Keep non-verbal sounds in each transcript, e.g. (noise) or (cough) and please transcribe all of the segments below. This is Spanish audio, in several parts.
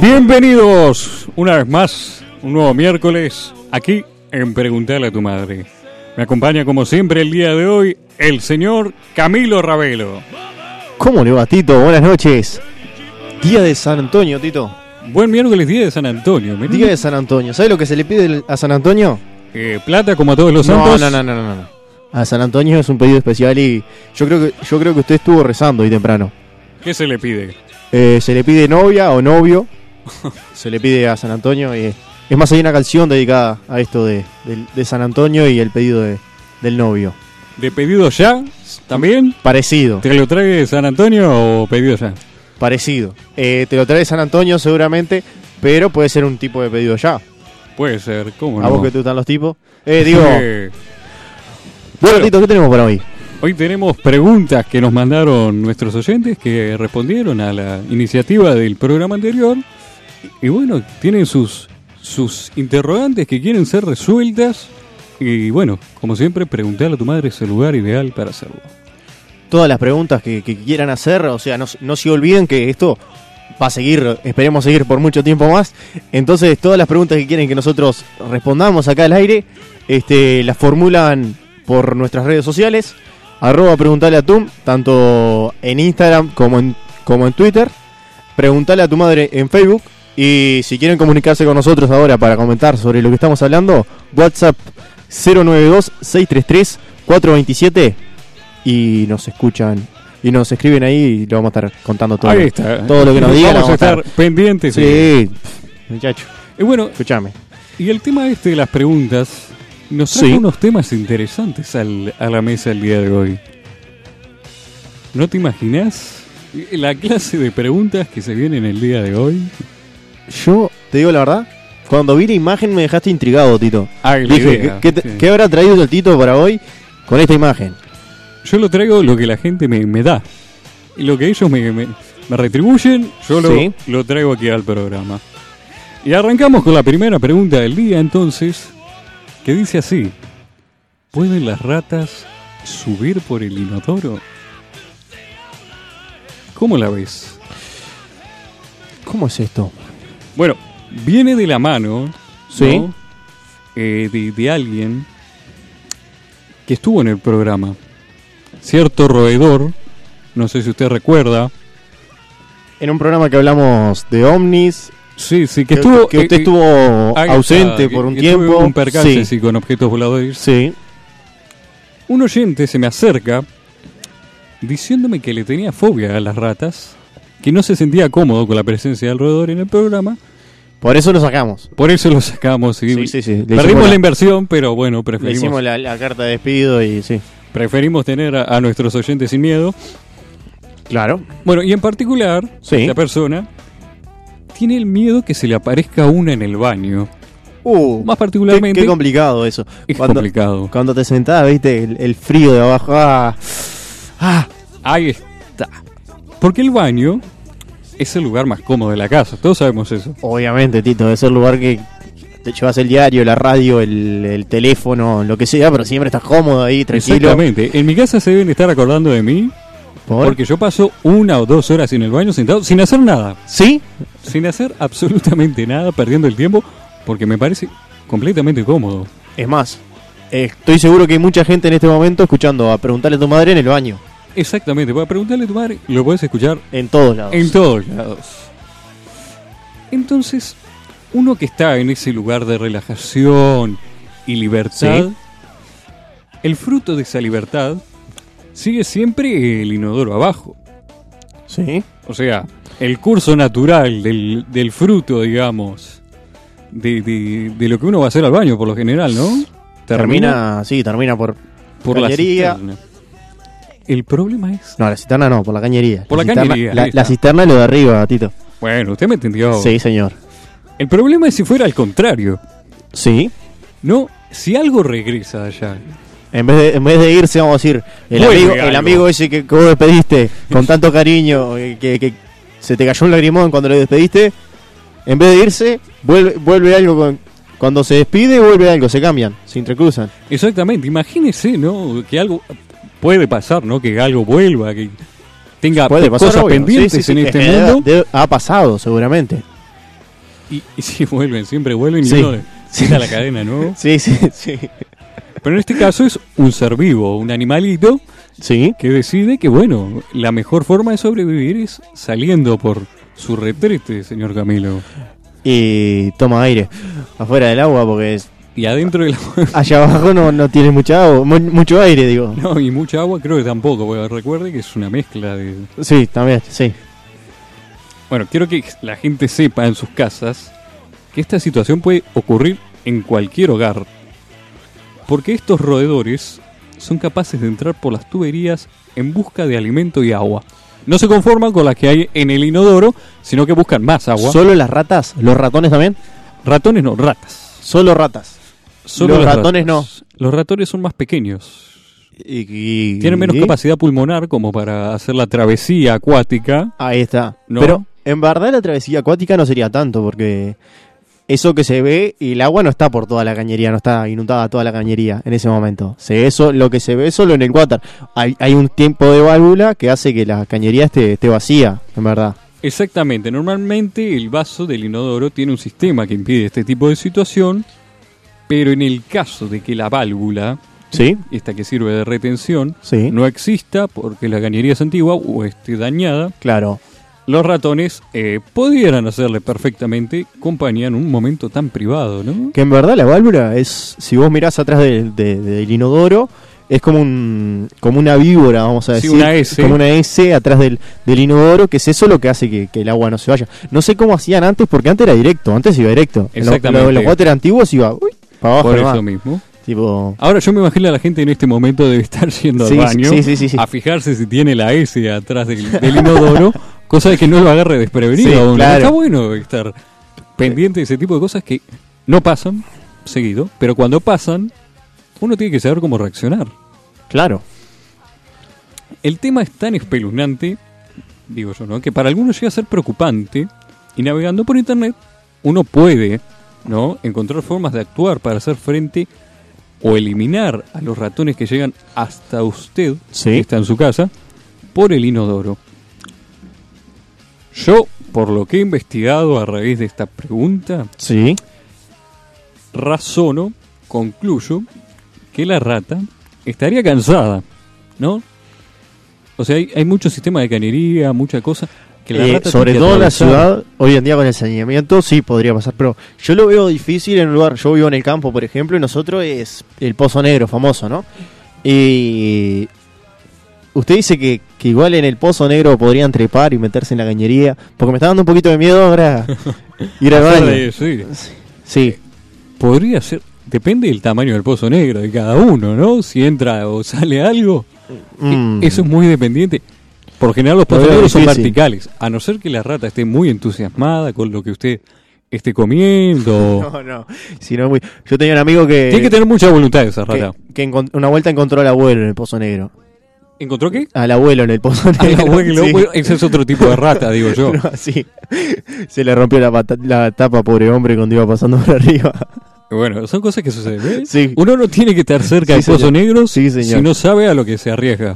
Bienvenidos una vez más, un nuevo miércoles, aquí en Preguntarle a tu madre. Me acompaña como siempre el día de hoy el señor Camilo Ravelo. ¿Cómo le va, Tito? Buenas noches. Día de San Antonio, Tito. Buen miércoles, día de San Antonio. mirá. Día de San Antonio. ¿Sabes lo que se le pide a San Antonio? Eh, plata como a todos los santos. No, no, no, no, no, no. A San Antonio es un pedido especial y yo creo que, yo creo que usted estuvo rezando hoy temprano. ¿Qué se le pide? Eh, se le pide novia o (laughs) novio. se le pide a San Antonio. Y, es más, hay una canción dedicada a esto de, del- de San Antonio y el pedido de- del novio. ¿De pedido ya? ¿También? Parecido, ¿Te lo trae San Antonio o pedido ya? parecido. Eh, te lo trae San Antonio seguramente, pero puede ser un tipo de pedido ya. Puede ser, ¿cómo no? a vos que te gustan los tipos. Eh, digo, Eh, bueno, Tito, ¿qué tenemos para hoy? Hoy tenemos preguntas que nos mandaron nuestros oyentes que respondieron a la iniciativa del programa anterior. Y bueno, tienen sus, sus interrogantes que quieren ser resueltas. Y bueno, como siempre, preguntarle a tu madre es el lugar ideal para hacerlo. todas las preguntas que, que quieran hacer. O sea, no, se- no se olviden que esto va a seguir, esperemos seguir por mucho tiempo más. Entonces, todas las preguntas que quieren que nosotros respondamos acá al aire, este, las formulan por nuestras redes sociales. Arroba preguntale a Tum, tanto en Instagram como en, como en Twitter. Preguntale a tu madre en Facebook. Y si quieren comunicarse con nosotros ahora para comentar sobre lo que estamos hablando, WhatsApp 092-633-427 y nos escuchan y nos escriben ahí y lo vamos a estar contando todo. Ahí está. todo lo que nos digan, Vamos a vamos a estar pendientes. Sí, pff, muchacho, Y bueno, escúchame. y el tema este de las preguntas nos trajo Sí. unos temas interesantes al- a la mesa el día de hoy. ¿No te imaginas la clase de preguntas que se vienen el día de hoy? Yo te digo la verdad, cuando vi la imagen me dejaste intrigado, Tito. Ah, la Dije, idea, ¿qué, qué te- sí. qué habrá traído el Tito para hoy con esta imagen? Yo lo traigo lo que la gente me, me da. Y lo que ellos me, me- me retribuyen, yo lo, Sí. lo traigo aquí al programa. Y arrancamos con la primera pregunta del día entonces, que dice así. ¿Pueden las ratas subir por el inodoro? ¿Cómo la ves? ¿Cómo es esto? Bueno, viene de la mano ¿no? Sí. Eh, de, de alguien que estuvo en el programa. Cierto roedor, no sé si usted recuerda. En un programa que hablamos de ovnis, Sí, sí, que que, estuvo. que usted eh, estuvo ahí está, ausente que- por un que tuvo tiempo. Un percance, sí. sí, con objetos voladores. sí. Un oyente se me acerca diciéndome que le tenía fobia a las ratas, que no se sentía cómodo con la presencia del roedor en el programa. Por eso lo sacamos. Por eso lo sacamos y Sí, sí, sí, le hicimos perdimos la la- inversión, pero bueno, preferimos. Le hicimos la, la carta de despido y sí. Preferimos tener a, a nuestros oyentes sin miedo. Claro. Bueno, y en particular, Sí. esta persona tiene el miedo que se le aparezca una en el baño. Uh, Más particularmente- Qué, qué complicado eso. (laughs) Es complicado. Cuando te sentás, viste el, el frío de abajo. Ah, ah, Ahí está. Porque el baño es el lugar más cómodo de la casa, todos sabemos eso. obviamente, Tito, debe ser lugar que te llevas el diario, la radio, el, el teléfono, lo que sea, pero siempre estás cómodo ahí, tranquilo. Exactamente. En mi casa se deben estar acordando de mí ¿Por? porque yo paso una o dos horas en el baño sentado sin hacer nada. ¿Sí? Sin hacer absolutamente nada, perdiendo el tiempo porque me parece completamente cómodo. Es más, eh, estoy seguro que hay mucha gente en este momento escuchando a preguntarle a tu madre en el baño. Exactamente. Para preguntarle a tu madre, lo puedes escuchar En todos lados. En todos lados. Entonces, uno que está en ese lugar de relajación y libertad, Sí. el fruto de esa libertad sigue siempre el inodoro abajo. ¿Sí? O sea, el curso natural del, del fruto, digamos, de, de- de lo que uno va a hacer al baño por lo general, ¿no? Termina, sí, termina por... por la cañería. cisterna. El problema es... No, la cisterna no, por la cañería. Por la cisterna- cañería, La, ahí la está. Oh. cisterna es lo de arriba, Tito. Bueno, usted me entendió. Sí, señor. El problema es si fuera al contrario. Sí. No, si algo regresa de allá. En vez, de, en vez de irse, vamos a decir, el, Vuelve amigo, algo. el amigo ese que, que vos despediste (laughs) con tanto cariño, eh, que, que se te cayó un lagrimón cuando lo despediste, en vez de irse, vuelve, vuelve algo con- Cuando se despide, vuelve algo, se cambian, se entrecruzan. Exactamente, imagínese, ¿no? Que algo puede pasar, ¿no? Que algo vuelva, que, tenga Puede pasar, Ah, cosas obvio. pendientes Sí, sí, sí. en Es este que debe- mundo. debe- ha pasado, seguramente. Y, y sí, vuelven, siempre vuelven y Sí. uno quita la cadena, ¿no? Sí, sí, sí. Pero en este caso es un ser vivo, un animalito (laughs) Sí, que decide que, bueno, la mejor forma de sobrevivir es saliendo por su retrete, señor Camilo. y toma aire afuera del agua porque es- Y adentro de la... (laughs) allá abajo no, no tiene mucha agua, mu- mucho aire, digo. No, y mucha agua creo que tampoco, porque recuerde que es una mezcla de... Sí, también, sí. Bueno, quiero que la gente sepa en sus casas que esta situación puede ocurrir en cualquier hogar. Porque estos roedores son capaces de entrar por las tuberías en busca de alimento y agua. No se conforman con las que hay en el inodoro, sino que buscan más agua. ¿Solo las ratas? ¿Los ratones también? ratones no, ratas. Solo ratas. Solo Los las ratones ratas. Los ratones son más pequeños. Y, Tienen menos capacidad pulmonar como para hacer la travesía acuática. Ahí está. No. Pero en verdad la travesía acuática no sería tanto porque eso que se ve y el agua no está por toda la cañería, no está inundada toda la cañería en ese momento. Se ve eso, lo que se ve es solo en el water. Hay, hay un tiempo de válvula que hace que la cañería esté, esté vacía, en verdad. Exactamente, normalmente el vaso del inodoro tiene un sistema que impide este tipo de situación, pero en el caso de que la válvula, ¿Sí? esta que sirve de retención, Sí. no exista porque la cañería es antigua o esté dañada, Claro. los ratones eh, pudieran hacerle perfectamente compañía en un momento tan privado, ¿no? Que en verdad la válvula es, si vos mirás atrás del de- del inodoro, es como un como una víbora, vamos a Sí, decir. una S. Como una S atrás del, del inodoro, que es eso lo que hace que, que el agua no se vaya. No sé cómo hacían antes, porque antes era directo, antes iba directo. En lo- Exactamente. lo- En los water antiguos iba uy, para abajo. Por nomás. eso mismo. Tipo, Ahora yo me imagino a la gente en este momento debe estar (laughs) yendo Sí, al baño sí, sí, sí, sí. a fijarse si tiene la S atrás del, del (laughs) inodoro, cosa de que no lo agarre desprevenido. Sí, a uno. claro. Está bueno estar pendiente de ese tipo de cosas que no pasan seguido, pero cuando pasan uno tiene que saber cómo reaccionar. claro. El tema es tan espeluznante, digo yo, ¿no? Que para algunos llega a ser preocupante y navegando por internet uno puede, ¿no? Encontrar formas de actuar para hacer frente o eliminar a los ratones que llegan hasta usted, Sí. que está en su casa, por el inodoro. Yo, por lo que he investigado a raíz de esta pregunta, Sí. razono, concluyo que la rata estaría cansada, ¿no? O sea, hay, hay mucho sistema de canería, mucha cosa. Que la Eh, rata sobre tiene que todo en la atravesar. ciudad, hoy en día con el saneamiento sí podría pasar, pero yo lo veo difícil en un lugar, yo vivo en el campo, por ejemplo, y nosotros es el Pozo Negro famoso, ¿no? Y usted dice que, que igual en el Pozo Negro podrían trepar y meterse en la cañería, porque me está dando un poquito de miedo (laughs) ahora ir al Hacer baño. de- Eh, sí. Sí, Podría ser, depende del tamaño del pozo negro de cada uno, ¿no? Si entra o sale algo, Mm. e- eso es muy dependiente. Por lo general los pozos veo negros son difícil. verticales, a no ser que la rata esté muy entusiasmada con lo que usted esté comiendo. (laughs) (laughs) no, no, si no es muy... Yo tenía un amigo que... Tiene que tener mucha voluntad esa rata. que- que encon- una vuelta encontró al abuelo en el Pozo Negro. ¿Encontró qué? Al abuelo en (laughs) el Pozo Ah, Negro. bueno, (laughs) sí. bueno, ese es otro tipo de (laughs) rata, digo yo. No, sí. Se le rompió la, pata- la tapa, pobre hombre, cuando iba pasando por arriba. Bueno, son cosas que suceden. ¿eh? Sí. Uno no tiene que estar cerca Sí, del pozo señor. negro Sí, señor. si no sabe a lo que se arriesga.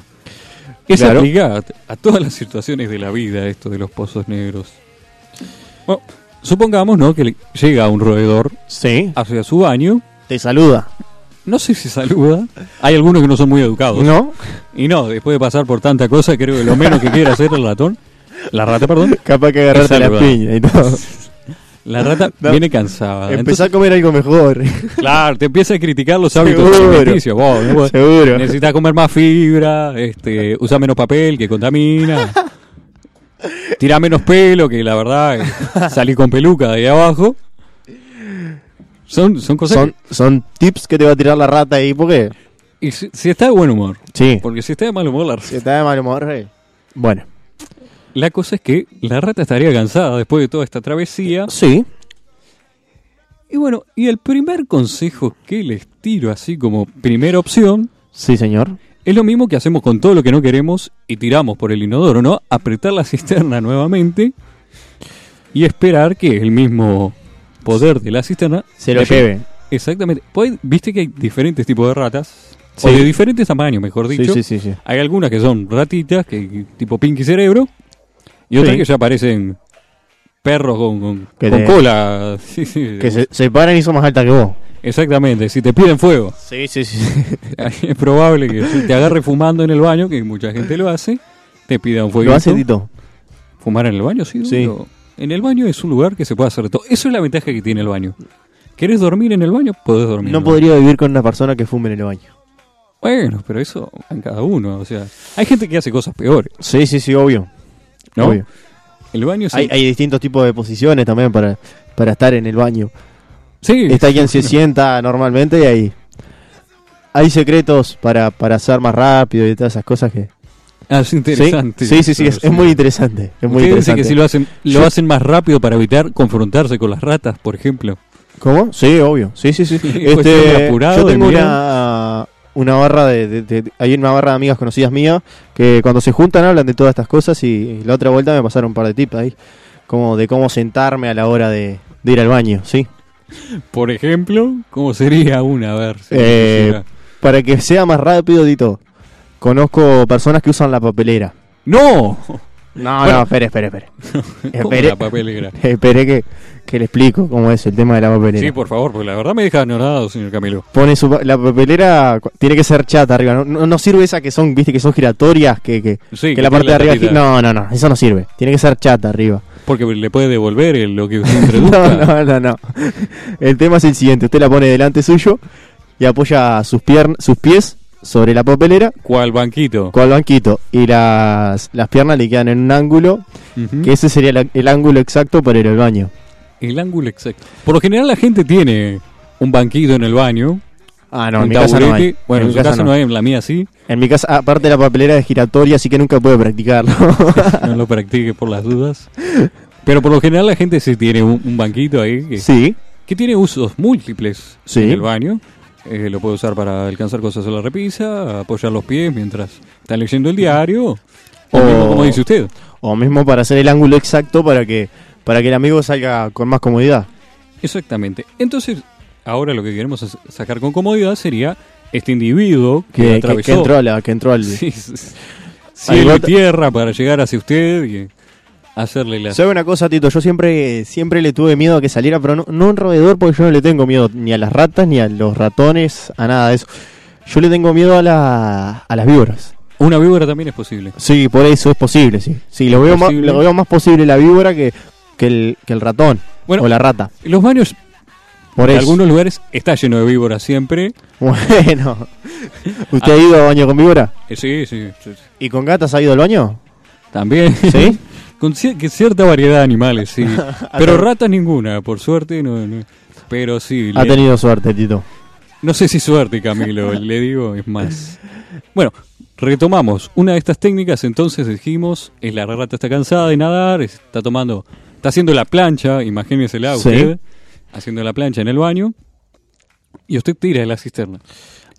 Es Claro. aplicada a- a todas las situaciones de la vida esto de los pozos negros. Bueno, supongamos ¿no? que le- llega un roedor Sí. hacia su baño, Ah, Te saluda. no sé si saluda, hay algunos que no son muy educados. ¿No? Y no, después de pasar por tanta cosa, creo que lo menos que quiere hacer el ratón, la rata, perdón, Capaz que agarraste Te la saluda. piña y todo. la rata No. viene Ah, cansada. Entonces, Empezá a comer algo mejor. Claro, te empieza a criticar los hábitos Seguro. alimenticios. Vos, ¿no? Vos (laughs) Seguro. Necesitas comer más fibra, este, usa menos papel que contamina, tira menos pelo, que la verdad, eh, salí con peluca de ahí abajo. Son, son cosas. Son, que- son tips que te va a tirar la rata ahí, porque. y si, si está de buen humor, Sí. porque si está de mal humor, la, Si está de mal humor, eh. Bueno. la cosa es que la rata estaría cansada después de toda esta travesía. Sí. Y bueno, y el primer consejo que les tiro, así como primera opción, Sí, señor. Es lo mismo que hacemos con todo lo que no queremos y tiramos por el inodoro, ¿no? Apretar la cisterna nuevamente y esperar que el mismo poder de la cisterna Se lo le pegue. lleve. Exactamente. Pues, Viste que hay diferentes tipos de ratas. O de diferentes tamaños, mejor Sí, dicho. sí, sí, sí. Hay algunas que son ratitas, que tipo Pinky Cerebro, y otras Sí. que ya parecen perros con, con- Que con te- cola. (laughs) Sí, sí. Que se, se paran y son más altas que vos. Exactamente, si te piden fuego. Sí, sí, sí. (laughs) (laughs) es probable que si te agarre fumando en el baño, que mucha gente lo hace, te pida un fuego. ¿Lo hace Tito? ¿Fumar en el baño? Sí, Sí. duro. En el baño es un lugar que se puede hacer todo. Eso es la ventaja que tiene el baño. ¿Querés dormir en el baño? Podés dormir. en No el baño. podría vivir con una persona que fume en el baño. Bueno, pero eso en cada uno. O sea, hay gente que hace cosas peores, Sí, sí, sí, obvio. ¿no? obvio. El baño sí. Hay, hay distintos tipos de posiciones también para, para estar en el baño. sí. Está quien (laughs) se sienta normalmente y ahí. Hay secretos para, para hacer más rápido y todas esas cosas que. Ah, es interesante. Sí, sí, sí, sí, es, Claro, es muy interesante. Es muy Ustedes dicen interesante. que si lo hacen, lo Yo- hacen más rápido para evitar confrontarse con las ratas, por ejemplo. ¿Cómo? Sí, obvio. Sí, (laughs) sí, sí. Cuestión de Este, pues, apurado, yo tengo de mirar. una, una barra de, de- de- Hay una barra de amigas conocidas mías que cuando se juntan hablan de todas estas cosas y la otra vuelta me pasaron un par de tips ahí. Como de cómo sentarme a la hora de, de ir al baño, ¿sí? Por ejemplo, ¿cómo sería una? A ver. si- Eh, Para que sea más rápido, Dito. Conozco personas que usan la papelera. ¡No! No, Bueno. no, espere, espere, espere. (laughs) ¿Cómo Esperé. la papelera? Esperé que, que le explico cómo es el tema de la papelera. Sí, pues. por favor, porque la verdad me deja anonadado, señor Camilo. Pone su, pa- la papelera cu- tiene que ser chata arriba, no, no, no sirve esa que son, viste, que son giratorias, que, que, Sí, que la parte de arriba... tapita. gi- No, no, no, eso no sirve, tiene que ser chata arriba. Porque le puede devolver el- (laughs) lo que usted No, introduzca. no, no, no. El tema es el siguiente, usted la pone delante suyo y apoya sus, pier- sus pies sobre la papelera ¿Cuál banquito? con el banquito y las, las piernas le quedan en un ángulo, Ujú. que ese sería la- el ángulo exacto para ir al baño. El ángulo exacto. Por lo general la gente tiene un banquito en el baño. Ah, no, un en mi casa no taburete. hay. Bueno, en, mi su casa no. hay, en la mía sí. En mi casa, aparte la papelera es giratoria, así que nunca pude (laughs) practicarlo. No (laughs) lo practique por las dudas. Pero por lo general la gente sí tiene un, un banquito ahí que, sí. que tiene usos múltiples Sí. en el baño. Eh, lo puede usar para alcanzar cosas en la repisa, apoyar los pies mientras está leyendo el diario. O, mismo O- como dice usted. O mismo para hacer el ángulo exacto para que para que el amigo salga con más comodidad. Exactamente. Entonces, ahora lo que queremos es sacar con comodidad sería este individuo que, Que, que- que atravesó entró a la, que entró (laughs) al. Sí, sí, sí. cielo y Algo- tierra para llegar hacia usted y hacerle la... ¿Sabe una cosa, Tito? Yo siempre, siempre le tuve miedo a que saliera, pero no, no un roedor porque yo no le tengo miedo ni a las ratas, ni a los ratones, a nada de eso. Yo le tengo miedo a, la, a las víboras. Una víbora también es posible. Sí, por eso es posible, sí. Sí, lo veo, más, Posible. lo veo más posible la víbora que, que, el, que el ratón Bueno, o la rata. los baños Por en eso. algunos lugares está lleno de víboras siempre. (laughs) Bueno. ¿Usted ha ido al baño con víbora? Eh, sí, sí, sí, sí. ¿Y con gatas ha ido al baño? También. ¿Sí? (laughs) Con cier- que cierta variedad de animales, (laughs) sí. Pero ratas ninguna, por suerte. no, no. Pero sí, Ha le- tenido suerte, Tito. No sé si suerte, (laughs) Camilo, le digo, es más. Bueno, retomamos. Una de estas técnicas, entonces dijimos, es la rata está cansada de nadar, está tomando, está haciendo la plancha, imagínensela Sí. usted, haciendo la plancha en el baño, y usted tira de la cisterna.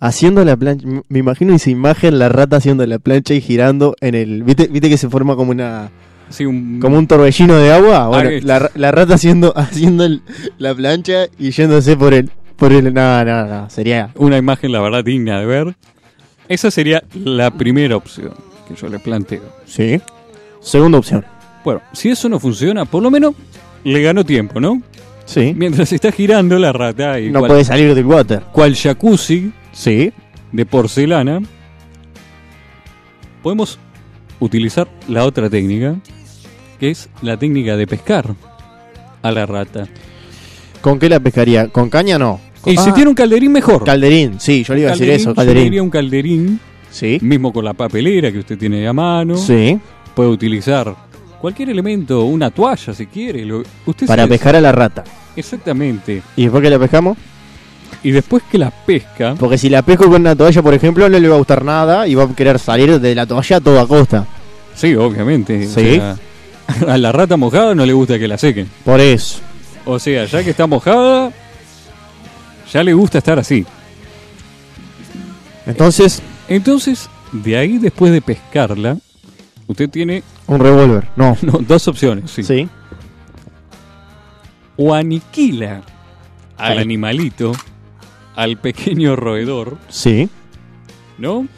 Haciendo la plancha, m- me imagino esa imagen, la rata haciendo la plancha y girando en el... ¿Viste, viste que se forma como una Sí, un- como un torbellino de agua? Bueno, Ah, la, ra- la rata haciendo haciendo el- la plancha y yéndose por el... Por el no, no, no, sería... una imagen, la verdad, digna de ver. Esa sería la primera opción que yo le planteo. Sí. Segunda opción. Bueno, si eso no funciona, por lo menos le ganó tiempo, ¿no? Sí. Mientras está girando la rata y No cual- puede salir del water. cual jacuzzi Sí. de porcelana, podemos utilizar la otra técnica, que es la técnica de pescar a la rata. ¿Con qué la pescaría? ¿Con caña no? Y si Ah, tiene un calderín, mejor. Calderín, sí, yo le iba a decir eso, yo diría calderín. un calderín, Sí. mismo con la papelera que usted tiene a mano. Sí. Puede utilizar cualquier elemento, una toalla si quiere. lo- usted Para se- pescar a la rata. Exactamente. ¿Y después que la pescamos? Y después que la pesca, Porque si la pesco con una toalla, por ejemplo, no le va a gustar nada y va a querer salir de la toalla a toda costa. sí, obviamente. o Sí. sea, (laughs) a la rata mojada no le gusta que la sequen. Por eso. O sea, ya que está mojada, ya le gusta estar así. Entonces, Entonces, de ahí después de pescarla, usted tiene (laughs) un revólver. No. no, dos opciones. Sí. Sí. O aniquila al Ay. animalito, al pequeño roedor, Sí. ¿no?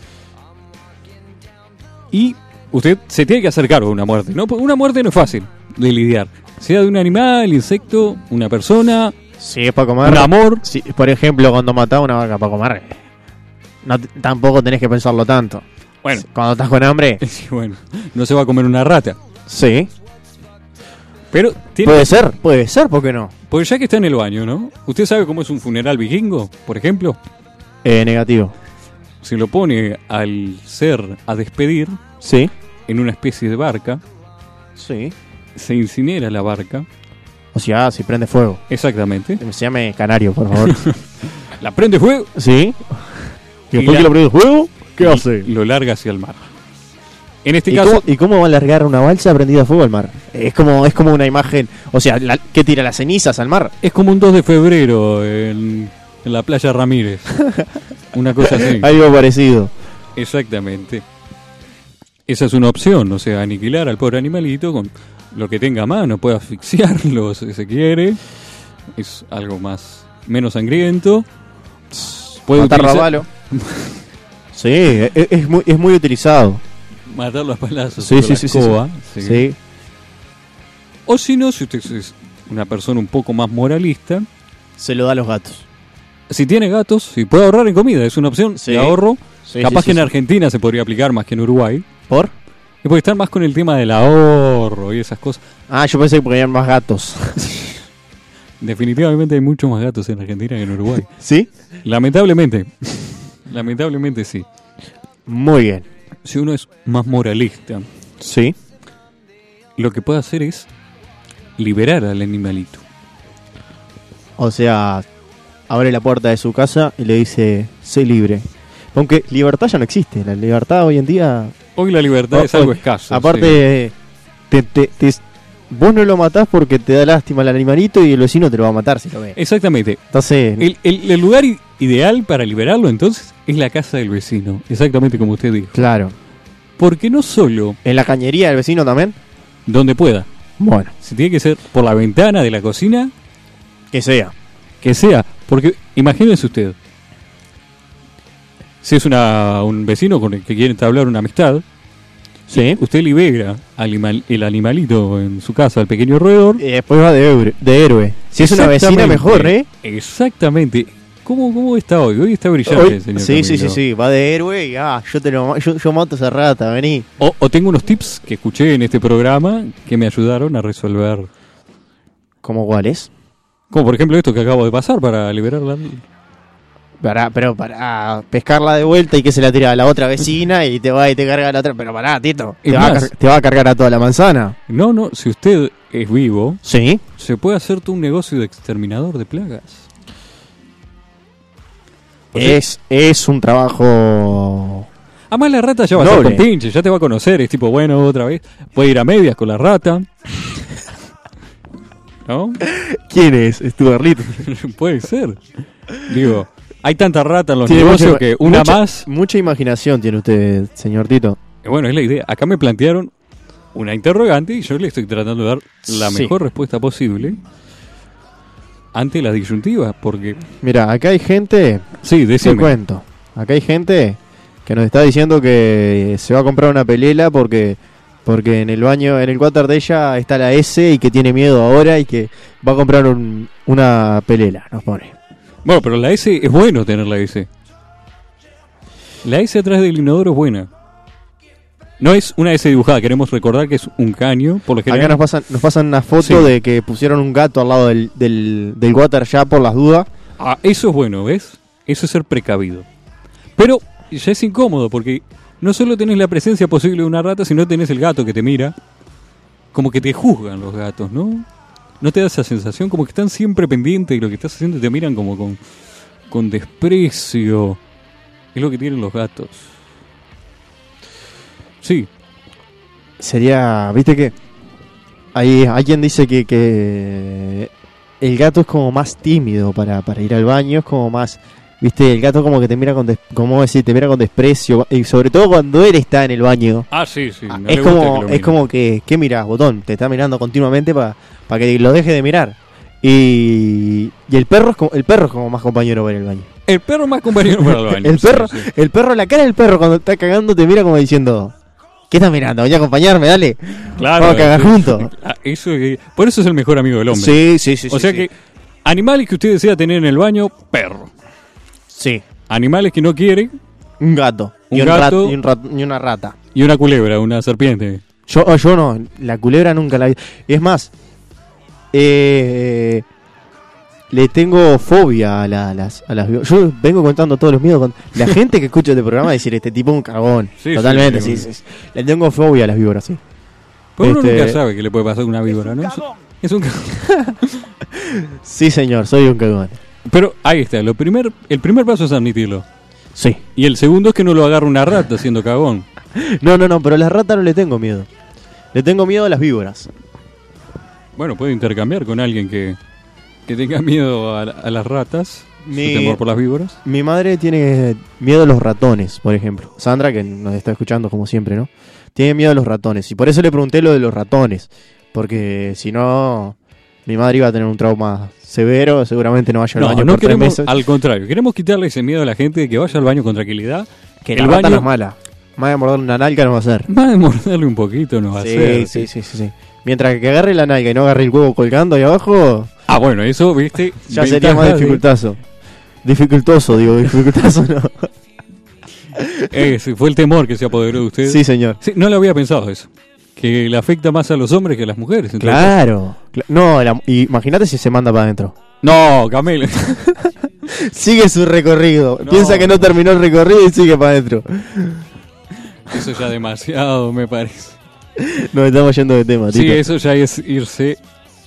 Y usted se tiene que hacer cargo de una muerte, ¿no? Porque Una muerte no es fácil de lidiar. Sea de un animal, insecto, una persona, Si es para comer. un amor. si, por ejemplo, cuando matás una vaca para comer, no t- tampoco tenés que pensarlo tanto. Bueno, Cuando estás con hambre, (laughs) sí, bueno, no se va a comer una rata. sí. Pero tiene, Puede ser, puede ser, ¿por qué no? porque ya que está en el baño, ¿no? ¿Usted sabe cómo es un funeral vikingo, por ejemplo? Eh, negativo. Se lo pone al ser a despedir Sí. en una especie de barca, Sí. se incinera la barca, O sea, si prende fuego. exactamente, Se llame Canario, por (laughs) favor. la prende fuego ¿Sí? ¿Y Y la- después que lo prende fuego? ¿Qué y hace? lo larga hacia el mar. En este ¿Y caso, cómo, ¿Y cómo va a largar una balsa prendida a fuego al mar? Es como, es como una imagen. O sea, la- ¿qué tira las cenizas al mar? Es como un 2 de febrero en, en la playa (laughs) Ramírez. Una cosa así. Algo parecido. Exactamente. Esa es una opción, o sea, aniquilar al pobre animalito con lo que tenga a mano, puede asfixiarlo (laughs) si se quiere. Es algo más menos sangriento. Puede Matarlo a utilizar- palo. sí, e- e- es, muy, es muy utilizado. matarlo a palazos Sí, con sí, la sí, sí, escoba, Sí. sí. O si no, si usted es una persona un poco más moralista, Se lo da a los gatos. si tiene gatos, si puede ahorrar en comida, es una opción Sí. de ahorro. Sí, Capaz sí, que sí, en sí. Argentina se podría aplicar más que en Uruguay. ¿Por? Y porque están más con el tema del ahorro y esas cosas. Ah, yo pensé que porque eran más gatos. (laughs) Definitivamente hay muchos más gatos en Argentina que en Uruguay. ¿Sí? Lamentablemente. (laughs) Lamentablemente sí. Muy bien. Si uno es más moralista, Sí. lo que puede hacer es liberar al animalito. O sea, abre la puerta de su casa y le dice, sé libre. Aunque libertad ya no existe, la libertad hoy en día... Hoy la libertad O- es algo hoy- escaso. sí. Ah, aparte, te- te- te- vos no lo matás porque te da lástima al animalito y el vecino te lo va a matar si lo ve. Exactamente. Entonces, El, el- el lugar i- ideal para liberarlo entonces es la casa del vecino. Exactamente como usted dijo. claro. Porque no solo ¿En la cañería del vecino también? donde pueda. Bueno, Si tiene que ser por la ventana de la cocina, que sea. que sea. Porque imagínense usted, si es una, un vecino con el que quiere entablar una amistad, Sí. usted libera al animal- el animalito en su casa, al pequeño roedor. Y después va de, hebre- de héroe. Si es una vecina, Exactamente. mejor, ¿eh? Exactamente. ¿Cómo, ¿Cómo está hoy? Hoy está brillante, Hoy- señor. sí, sí, sí, Camilo. sí, va de héroe y ah, yo te lo ma- yo, yo mato a esa rata, vení. O, o tengo unos tips que escuché en este programa que me ayudaron a resolver. ¿Cómo cuál es? Como por ejemplo esto que acabo de pasar para liberarla. Pará, pero para pescarla de vuelta y que se la tira a la otra vecina y te va y te carga a la otra. Pero pará, Tito. Es Te va, a más. car- te va a cargar a toda la manzana. No, no, si usted es vivo, Sí. se puede hacer tú un negocio de exterminador de plagas. O sea, Es, es un trabajo. Además la rata ya va a Noble. estar con pinche, ya te va a conocer, es tipo, bueno, otra vez, puede ir a medias con la rata. ¿No? (laughs) ¿Quién es? Estuarlito. puede ser. Digo, hay tanta rata en los negocios que una más... Mucha imaginación tiene usted, señor Tito. eh, Bueno, es la idea. Acá me plantearon una interrogante y yo le estoy tratando de dar la Sí. mejor respuesta posible ante la disyuntiva, porque... Mira, acá hay gente. Sí, Te decime. cuento. Acá hay gente que nos está diciendo que se va a comprar una pelela porque porque en el baño, en el water de ella está la S y que tiene miedo ahora y que va a comprar un- una pelela, nos pone. Bueno, pero la S es bueno tener la S. La S atrás del inodoro es buena. No es una S dibujada, queremos recordar que es un caño, por lo general. Acá nos pasan, nos pasan una foto Sí. de que pusieron un gato al lado del, del, del water ya por las dudas. Ah, eso es bueno, ¿ves? Eso es ser precavido. Pero ya es incómodo porque no solo tenés la presencia posible de una rata, sino tenés el gato que te mira. Como que te juzgan los gatos, ¿no? ¿No te da esa sensación? Como que están siempre pendientes de lo que estás haciendo y te miran como con, con desprecio. Es lo que tienen los gatos. Sí, Sería, viste que hay alguien dice que, que el gato es como más tímido para, para ir al baño, es como más, viste, el gato como que te mira con, des- como decir, te mira con desprecio y sobre todo cuando él está en el baño. Ah, sí, sí. Ah, es como es como que ¿qué mirás, botón, te está mirando continuamente para que lo deje de mirar. Y, y el, perro es como, el perro es como más compañero para el baño. El perro más compañero (laughs) para el baño. el, sí, perro, sí. el perro, la cara del perro cuando está cagando te mira como diciendo: ¿Qué estás mirando? Ven a acompañarme, dale. Claro. (laughs) Vamos a cagar juntos. Ah, Eso, eh, por eso es el mejor amigo del hombre. Sí, sí, sí. o sí, sea sí. que animales que usted desea tener en el baño, perro. Sí, Animales que no quiere un gato. Un y, un gato. rat- y un rat- y una rata. y una culebra, una serpiente. Yo, oh, yo no, la culebra nunca la vi. Y es más, eh, le tengo fobia a, la- a las, a las vi- Yo vengo contando todos los miedos. con- La gente que escucha este programa decir, este tipo es un cagón. Sí, sí, Totalmente, sí, sí, sí, sí. Le tengo fobia a las víboras, sí. Pero Pues uno Este- nunca sabe qué le puede pasar a una víbora, ¿no? Es un cagón. Sí, señor, soy un cagón. Pero ahí está, lo primer, el primer paso es admitirlo. Sí. Y el segundo es que no lo agarra una rata siendo cagón. No, no, no, pero a las ratas no le tengo miedo. Le tengo miedo a las víboras. Bueno, puede intercambiar con alguien que, que tenga miedo a, la- a las ratas, Mi- su temor por las víboras. Mi madre tiene miedo a los ratones, por ejemplo. Sandra, que nos está escuchando como siempre, ¿no? Tiene miedo a los ratones. Y por eso le pregunté lo de los ratones. Porque si no, mi madre iba a tener un trauma severo. Seguramente no vaya al No, baño no por tres queremos, meses. al contrario, queremos quitarle ese miedo a la gente de que vaya al baño con tranquilidad. Que el la rata baño- no es mala. Más de morder una nalga no va a ser. Va a morderle un poquito, no va a Sí, ser. sí, sí, sí, sí. Mientras que agarre la nalga y no agarre el huevo colgando ahí abajo, Ah, bueno, eso, viste. ya sería Ventajas más de- dificultazo. Dificultoso, digo, dificultazo no. (laughs) Ese fue el temor que se apoderó de usted. Sí, señor. (laughs) Sí, no lo había pensado eso. Que le afecta más a los hombres que a las mujeres. entonces. Claro. Cla- No, la- imagínate si se manda para adentro. No, Camelo. Sigue su recorrido. No. Piensa que no terminó el recorrido y sigue para adentro. (laughs) Eso ya demasiado, me parece. Nos estamos yendo de tema, Sí, Tito. eso ya es irse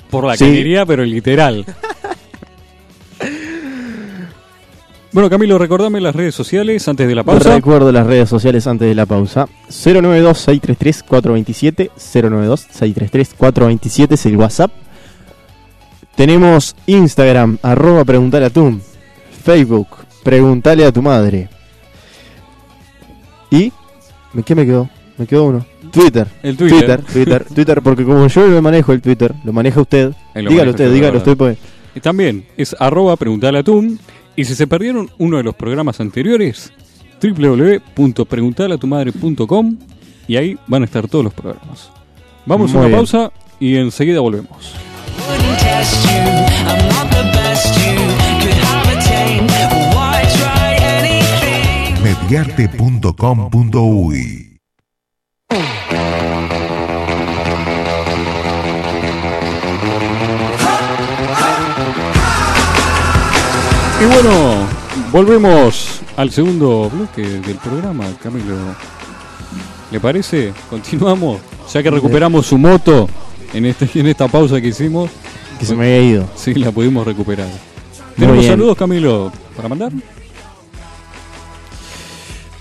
por la Sí. cañería, pero (laughs) literal. bueno, Camilo, recordame las redes sociales antes de la pausa. Recuerdo las redes sociales antes de la pausa. 092-633-427. 092-633-427 es el WhatsApp. Tenemos Instagram, arroba preguntale a tu. Facebook, preguntale a tu madre. ¿Y qué me quedó? Me quedó uno. Twitter. El Twitter. Twitter, Twitter, Twitter, porque como yo no manejo el Twitter, lo maneja usted. Ahí lo manejo yo, dígalo usted, la dígalo verdad. usted. Pues. Y También es arroba preguntale a Tum. Y si se perdieron uno de los programas anteriores, www.preguntaleatumadre.com y ahí van a estar todos los programas. Vamos Muy a una bien. pausa y enseguida volvemos. Wouldn't test you. I'm not the best you could have attained. Why try anything? mediarte.com.uy Y bueno, volvemos al segundo bloque del programa, Camilo. ¿Le parece? Continuamos. Ya que recuperamos su moto en, este, en esta pausa que hicimos, Que se me había ido. sí, la pudimos recuperar. Muy ¿Tenemos bien. saludos, Camilo, para mandar?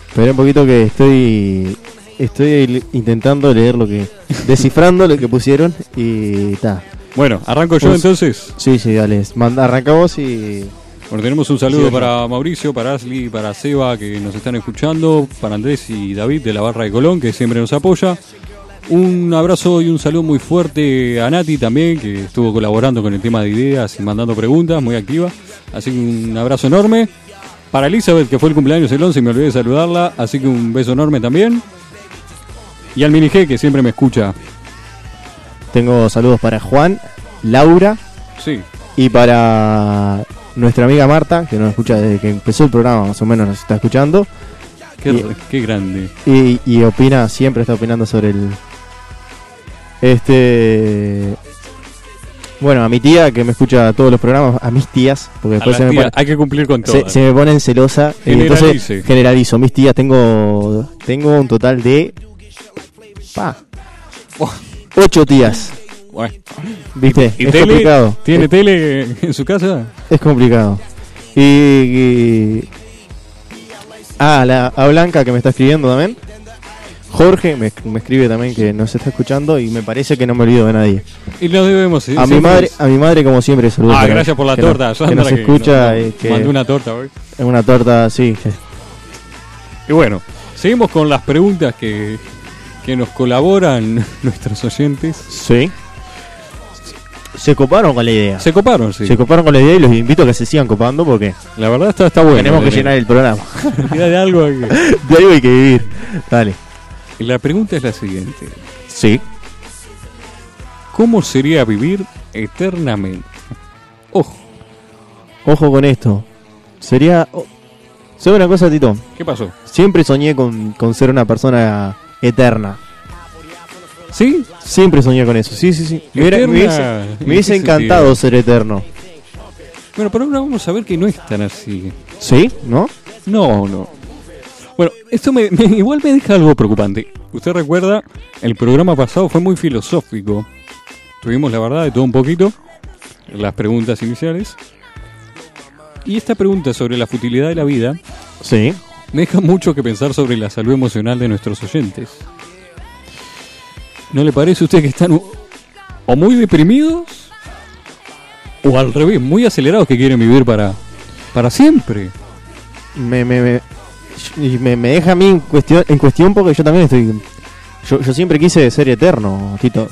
Espera un poquito que estoy. Estoy le- intentando leer lo (laughs) que. descifrando lo que pusieron y. ta. Bueno, arranco yo Pues- entonces. Sí, sí, dale. Manda, arranca vos y. Bueno, tenemos un saludo Sí, para Mauricio, para Asli, para Seba, que nos están escuchando, para Andrés y David de la Barra de Colón, que siempre nos apoya. Un abrazo y un saludo muy fuerte a Nati también, que estuvo colaborando con el tema de ideas y mandando preguntas, muy activa. Así que un abrazo enorme. Para Elizabeth, que fue el cumpleaños el 11 y me olvidé de saludarla, así que un beso enorme también. Y al Minige, que siempre me escucha. Tengo saludos para Juan, Laura Sí, y para. Nuestra amiga Marta, que nos escucha desde que empezó el programa, más o menos nos está escuchando. qué, Bien. qué grande. Y, y opina, siempre está opinando sobre el. Este. Bueno, a mi tía que me escucha todos los programas, a mis tías, porque A después las se me, tías, pone- hay que cumplir con todo. se, se me ponen celosa. y Generalice. entonces generalizo. Mis tías, tengo tengo un total de. Pa. Oh. Ocho tías. Bueno. ¿Viste? ¿Y es tele? complicado. ¿Tiene tele en su casa? Es complicado. Y, y- Ah, la, a Blanca que me está escribiendo también. Jorge me, me escribe también que nos está escuchando y me parece que no me olvido de nadie. Y lo debemos. eh, A mi siempre madre, es- a mi madre como siempre saludos. Ah, que- gracias por la que torta, nos- que Sandra, nos escucha nos- eh, y que Mandó una torta hoy. es una torta así. Y bueno, seguimos con las preguntas que, (laughs) que nos colaboran nuestros oyentes. Sí. se coparon con la idea. Se coparon, sí. Se coparon con la idea y los invito a que se sigan copando porque La verdad está, está bueno. tenemos que llenar el programa. (laughs) Mira, de algo que- De algo hay que vivir. Dale. La pregunta es la siguiente. Sí. ¿Cómo sería vivir eternamente? Ojo, Ojo con esto. Sería. oh, ¿Sabe una cosa, Tito? ¿qué pasó? Siempre soñé con, con ser una persona eterna. ¿Sí? Siempre soñé con eso. Sí, sí, sí. Me, hubiera- me Eterna, hubiese, ¿en me hubiese qué encantado ser eterno. Bueno, pero ahora vamos a ver que no es tan así. ¿Sí? ¿No? No, no. Bueno, esto me- me- igual me deja algo preocupante. Usted recuerda, el programa pasado fue muy filosófico. Tuvimos la verdad de todo un poquito, las preguntas iniciales. Y esta pregunta sobre la futilidad de la vida Sí. me deja mucho que pensar sobre la salud emocional de nuestros oyentes. ¿No le parece a usted que están u- o muy deprimidos o al revés, muy acelerados que quieren vivir para, para siempre? Me, me, me, y me- me deja a mí en cuestión, en cuestión porque yo también estoy. Yo, yo siempre quise ser eterno, Tito.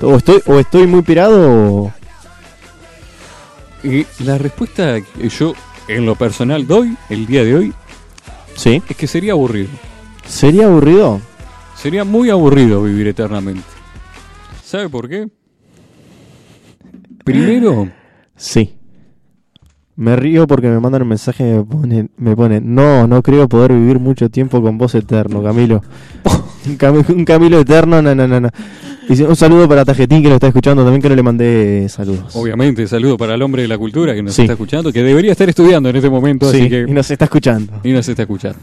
O estoy, o estoy muy pirado o. Y la respuesta que yo en lo personal doy el día de hoy Sí. es que sería aburrido. Sería aburrido. Sería muy aburrido vivir eternamente. ¿Sabe por qué? (laughs) Primero, Sí. Me río porque me mandan un mensaje y me ponen, me ponen, no, no creo poder vivir mucho tiempo con vos eterno, (laughs) Camilo. un, Cami- un Camilo eterno, no, no, no, no. Y un saludo para Tajetín que lo está escuchando también, que no le mandé saludos. obviamente, saludo para el hombre de la cultura que nos Sí. está escuchando, que debería estar estudiando en este momento, Sí, así que y nos está escuchando. y nos está escuchando.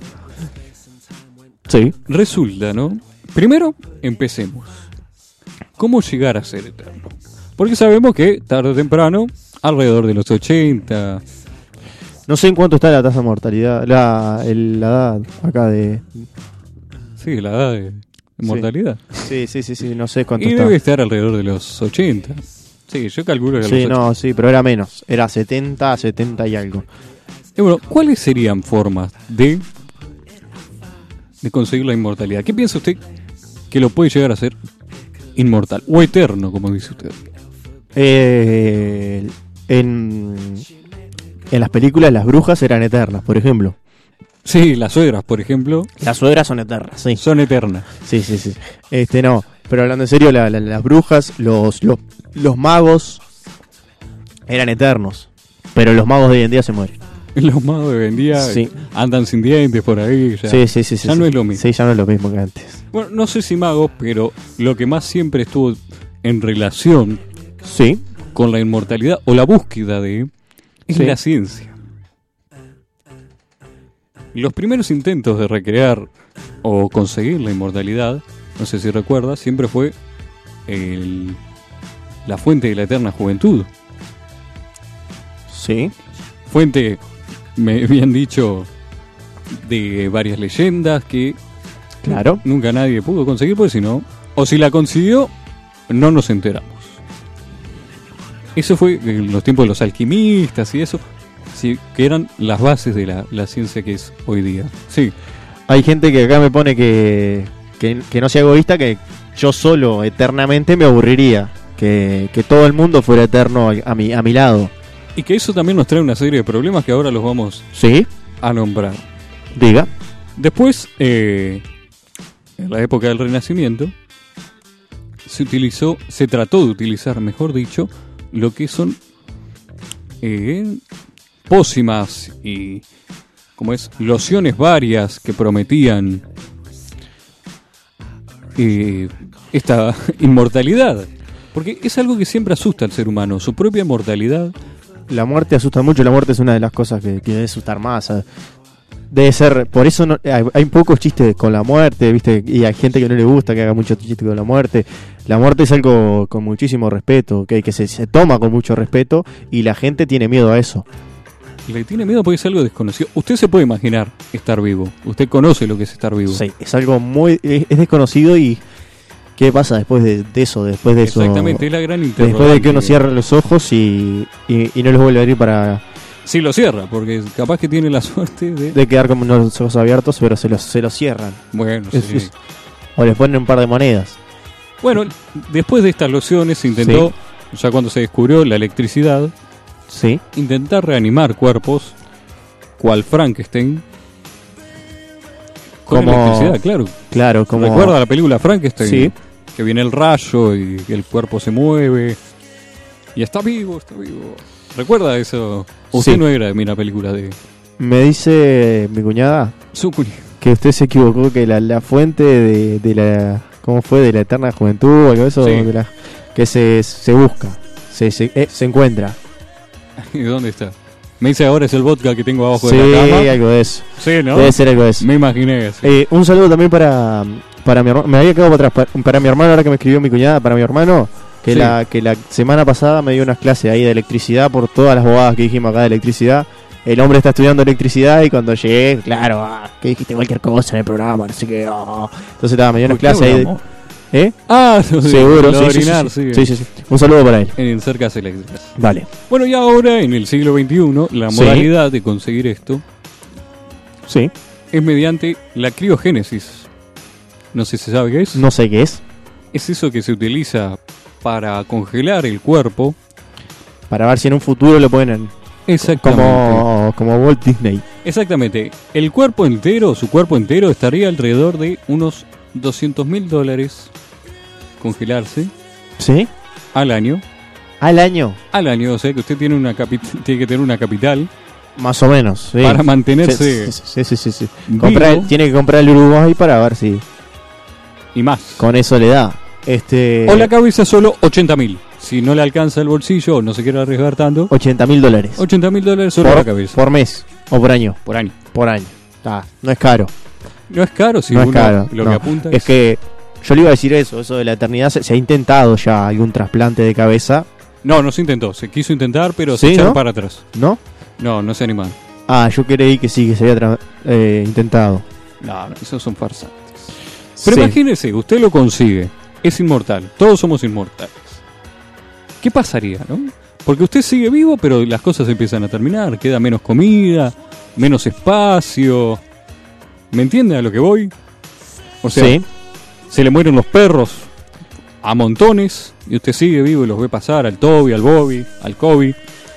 Sí. Resulta, ¿no? Primero, empecemos. ¿Cómo llegar a ser eterno? Porque sabemos que tarde o temprano, alrededor de los 80, No sé en cuánto está la tasa de mortalidad, la, el- la edad acá de... sí, la edad de mortalidad. Sí, sí, sí, sí, no sé cuánto Y está. debe estar alrededor de los 80. Sí, yo calculo que a Sí, los 80. no, sí, pero era menos. Era 70, 70 y algo. Y bueno, ¿cuáles serían formas de, de conseguir la inmortalidad? ¿Qué piensa usted que lo puede llegar a ser inmortal? O eterno, como dice usted. Eh, en, en las películas las brujas eran eternas, por ejemplo. Sí, las suegras, por ejemplo, Las suegras son eternas, sí. son eternas. (laughs) Sí, sí, sí. Este, no, pero hablando en serio, la- la- las brujas, los, los, los magos eran eternos. Pero los magos de hoy en día se mueren. Los más de hoy en día Sí. andan sin dientes por ahí. Ya. sí, sí, sí. sí, ya sí. no es lo mismo. Sí, ya no es lo mismo que antes. Bueno, no sé si magos, pero lo que más siempre estuvo en relación Sí, con la inmortalidad o la búsqueda de es Sí. la ciencia. Los primeros intentos de recrear o conseguir la inmortalidad, no sé si recuerdas, siempre fue el- la fuente de la eterna juventud. sí. Fuente, me (laughs) habían dicho, de varias leyendas que Claro. nunca nadie pudo conseguir, porque si no, o si la consiguió, no nos enteramos. Eso fue en los tiempos de los alquimistas y eso, sí, que eran las bases de la, la ciencia que es hoy día. Sí, Hay gente que acá me pone que, que, que no sea egoísta, que yo solo eternamente me aburriría. Que, que todo el mundo fuera eterno a, a mi, a mi lado. y que eso también nos trae una serie de problemas que ahora los vamos Sí, a nombrar. diga. Después, eh, en la época del Renacimiento, se utilizó, se trató de utilizar, mejor dicho, lo que son eh, pócimas y, como es, lociones varias que prometían eh, esta (laughs) inmortalidad. Porque es algo que siempre asusta al ser humano, su propia mortalidad. La muerte asusta mucho, la muerte es una de las cosas que, que debe asustar más. ¿sabes? Debe ser, por eso no- hay, hay pocos chistes con la muerte, ¿viste? Y hay gente que no le gusta que haga muchos chistes con la muerte. La muerte es algo con muchísimo respeto, que, que se, se toma con mucho respeto y la gente tiene miedo a eso. Le tiene miedo porque es algo desconocido. Usted se puede imaginar estar vivo. Usted conoce lo que es estar vivo. Sí, es algo muy. Es, es desconocido y. ¿Qué pasa después de, de eso? Después de eso. Exactamente, es la gran interrogante. Después de que uno cierra los ojos y, y, y no los vuelve a abrir para. Sí, lo cierra, porque capaz que tiene la (laughs) suerte de. de quedar con los ojos abiertos, pero se los, se los cierran. Bueno, Es- sí. es- o les ponen un par de monedas. Bueno, después de estas lociones se intentó ya cuando se descubrió la electricidad, Sí. intentar reanimar cuerpos, cual Frankenstein, con Como- electricidad, claro. Claro, como. ¿Recuerda la película Frankenstein? Sí. Que viene el rayo y el cuerpo se mueve. Y está vivo, está vivo. ¿Recuerda eso? Usted Sí. no era de mí la película de Me dice mi cuñada Zucuri. que usted se equivocó, que la, la fuente de, de la. ¿Cómo fue? De la eterna juventud o algo de eso. Sí. de la- que se, se busca, se, se, eh, se encuentra. (laughs) ¿Y dónde está? Me dice ahora es el vodka que tengo abajo sí, de la cama. algo de eso. Sí, ¿no? Debe ser algo de eso. Me imaginé así. Eh, un saludo también para, para mi hermano. Me había quedado para atrás. Para, para mi hermano, ahora que me escribió mi cuñada, para mi hermano, que, Sí. la, que la semana pasada me dio unas clases ahí de electricidad por todas las bobadas que dijimos acá de electricidad. El hombre está estudiando electricidad y cuando llegué, claro, ah, que dijiste cualquier cosa en el programa, no sé qué. ah. Entonces estaba, me dio unas clases ahí. de- ¿Eh? Ah, (laughs) sí, Seguro, lo sí, de sí, sí, orinar, sí. sí. Sí, sí, sí. Un saludo para él. En cercas eléctricas. Vale. Bueno, y ahora, en el siglo XXI, la Sí. modalidad de conseguir esto Sí. es mediante la criogénesis. No sé si sabe qué es. No sé qué es. Es eso que se utiliza para congelar el cuerpo. Para ver si en un futuro lo pueden. Exactamente. Como, como Walt Disney. Exactamente. El cuerpo entero, su cuerpo entero, estaría alrededor de unos 200 mil dólares congelarse ¿Sí? al año. Al año. Al año, o sea que usted tiene, una capi- tiene que tener una capital Más o menos. Sí. para Sí, mantenerse sí, sí, sí, sí. vivo Compra- tiene que comprar el Uruguay para ver si y más. con eso le da. Este, O la cabeza solo 80 mil. Si no le alcanza el bolsillo o no se quiere arriesgar tanto, 80 mil dólares 80 mil dólares solo la por, cabeza. por mes o por año. Por año. Por año. Ah, no es caro. No es caro si no es uno caro. lo no. que apunta es que yo le iba a decir eso, eso de la eternidad. Se, se ha intentado ya algún trasplante de cabeza, No, no se intentó. Se quiso intentar, pero se Sí, echaron ¿no? para atrás. ¿no? No, no se animaron. Ah, yo creí que sí, que se había tra- eh, intentado. No, no, esos son farsas. Pero Sí. imagínese, usted lo consigue. Es inmortal. Todos somos inmortales. ¿Qué pasaría, no? Porque usted sigue vivo, pero las cosas empiezan a terminar. Queda menos comida, menos espacio. ¿Me entiende a lo que voy? O sea, sí, se le mueren los perros a montones y usted sigue vivo y los ve pasar al Toby, al Bobby, al Kobe.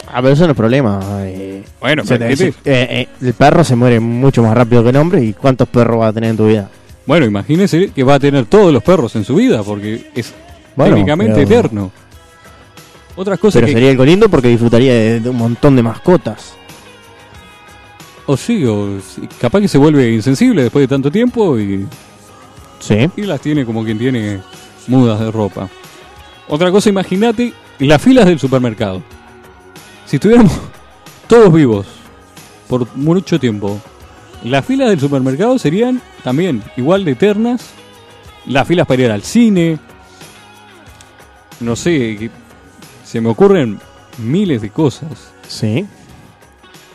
ah, pero eso no es problema. eh. Bueno, Se pero te- ¿qué se- te- eh, eh, el perro se muere mucho más rápido que el hombre. ¿Y cuántos perros va a tener en tu vida? bueno, imagínese que va a tener todos los perros en su vida porque es Bueno, técnicamente pero- eterno. Otras cosas Pero que sería algo lindo porque disfrutaría de, de un montón de mascotas. o sí, o sí, capaz que se vuelve insensible después de tanto tiempo y, Sí. y las tiene como quien tiene mudas de ropa. Otra cosa, imagínate las filas del supermercado. Si estuviéramos (laughs) todos vivos por mucho tiempo, las filas del supermercado serían también igual de eternas. Las filas para ir al cine. No sé, que- se me ocurren miles de cosas. Sí.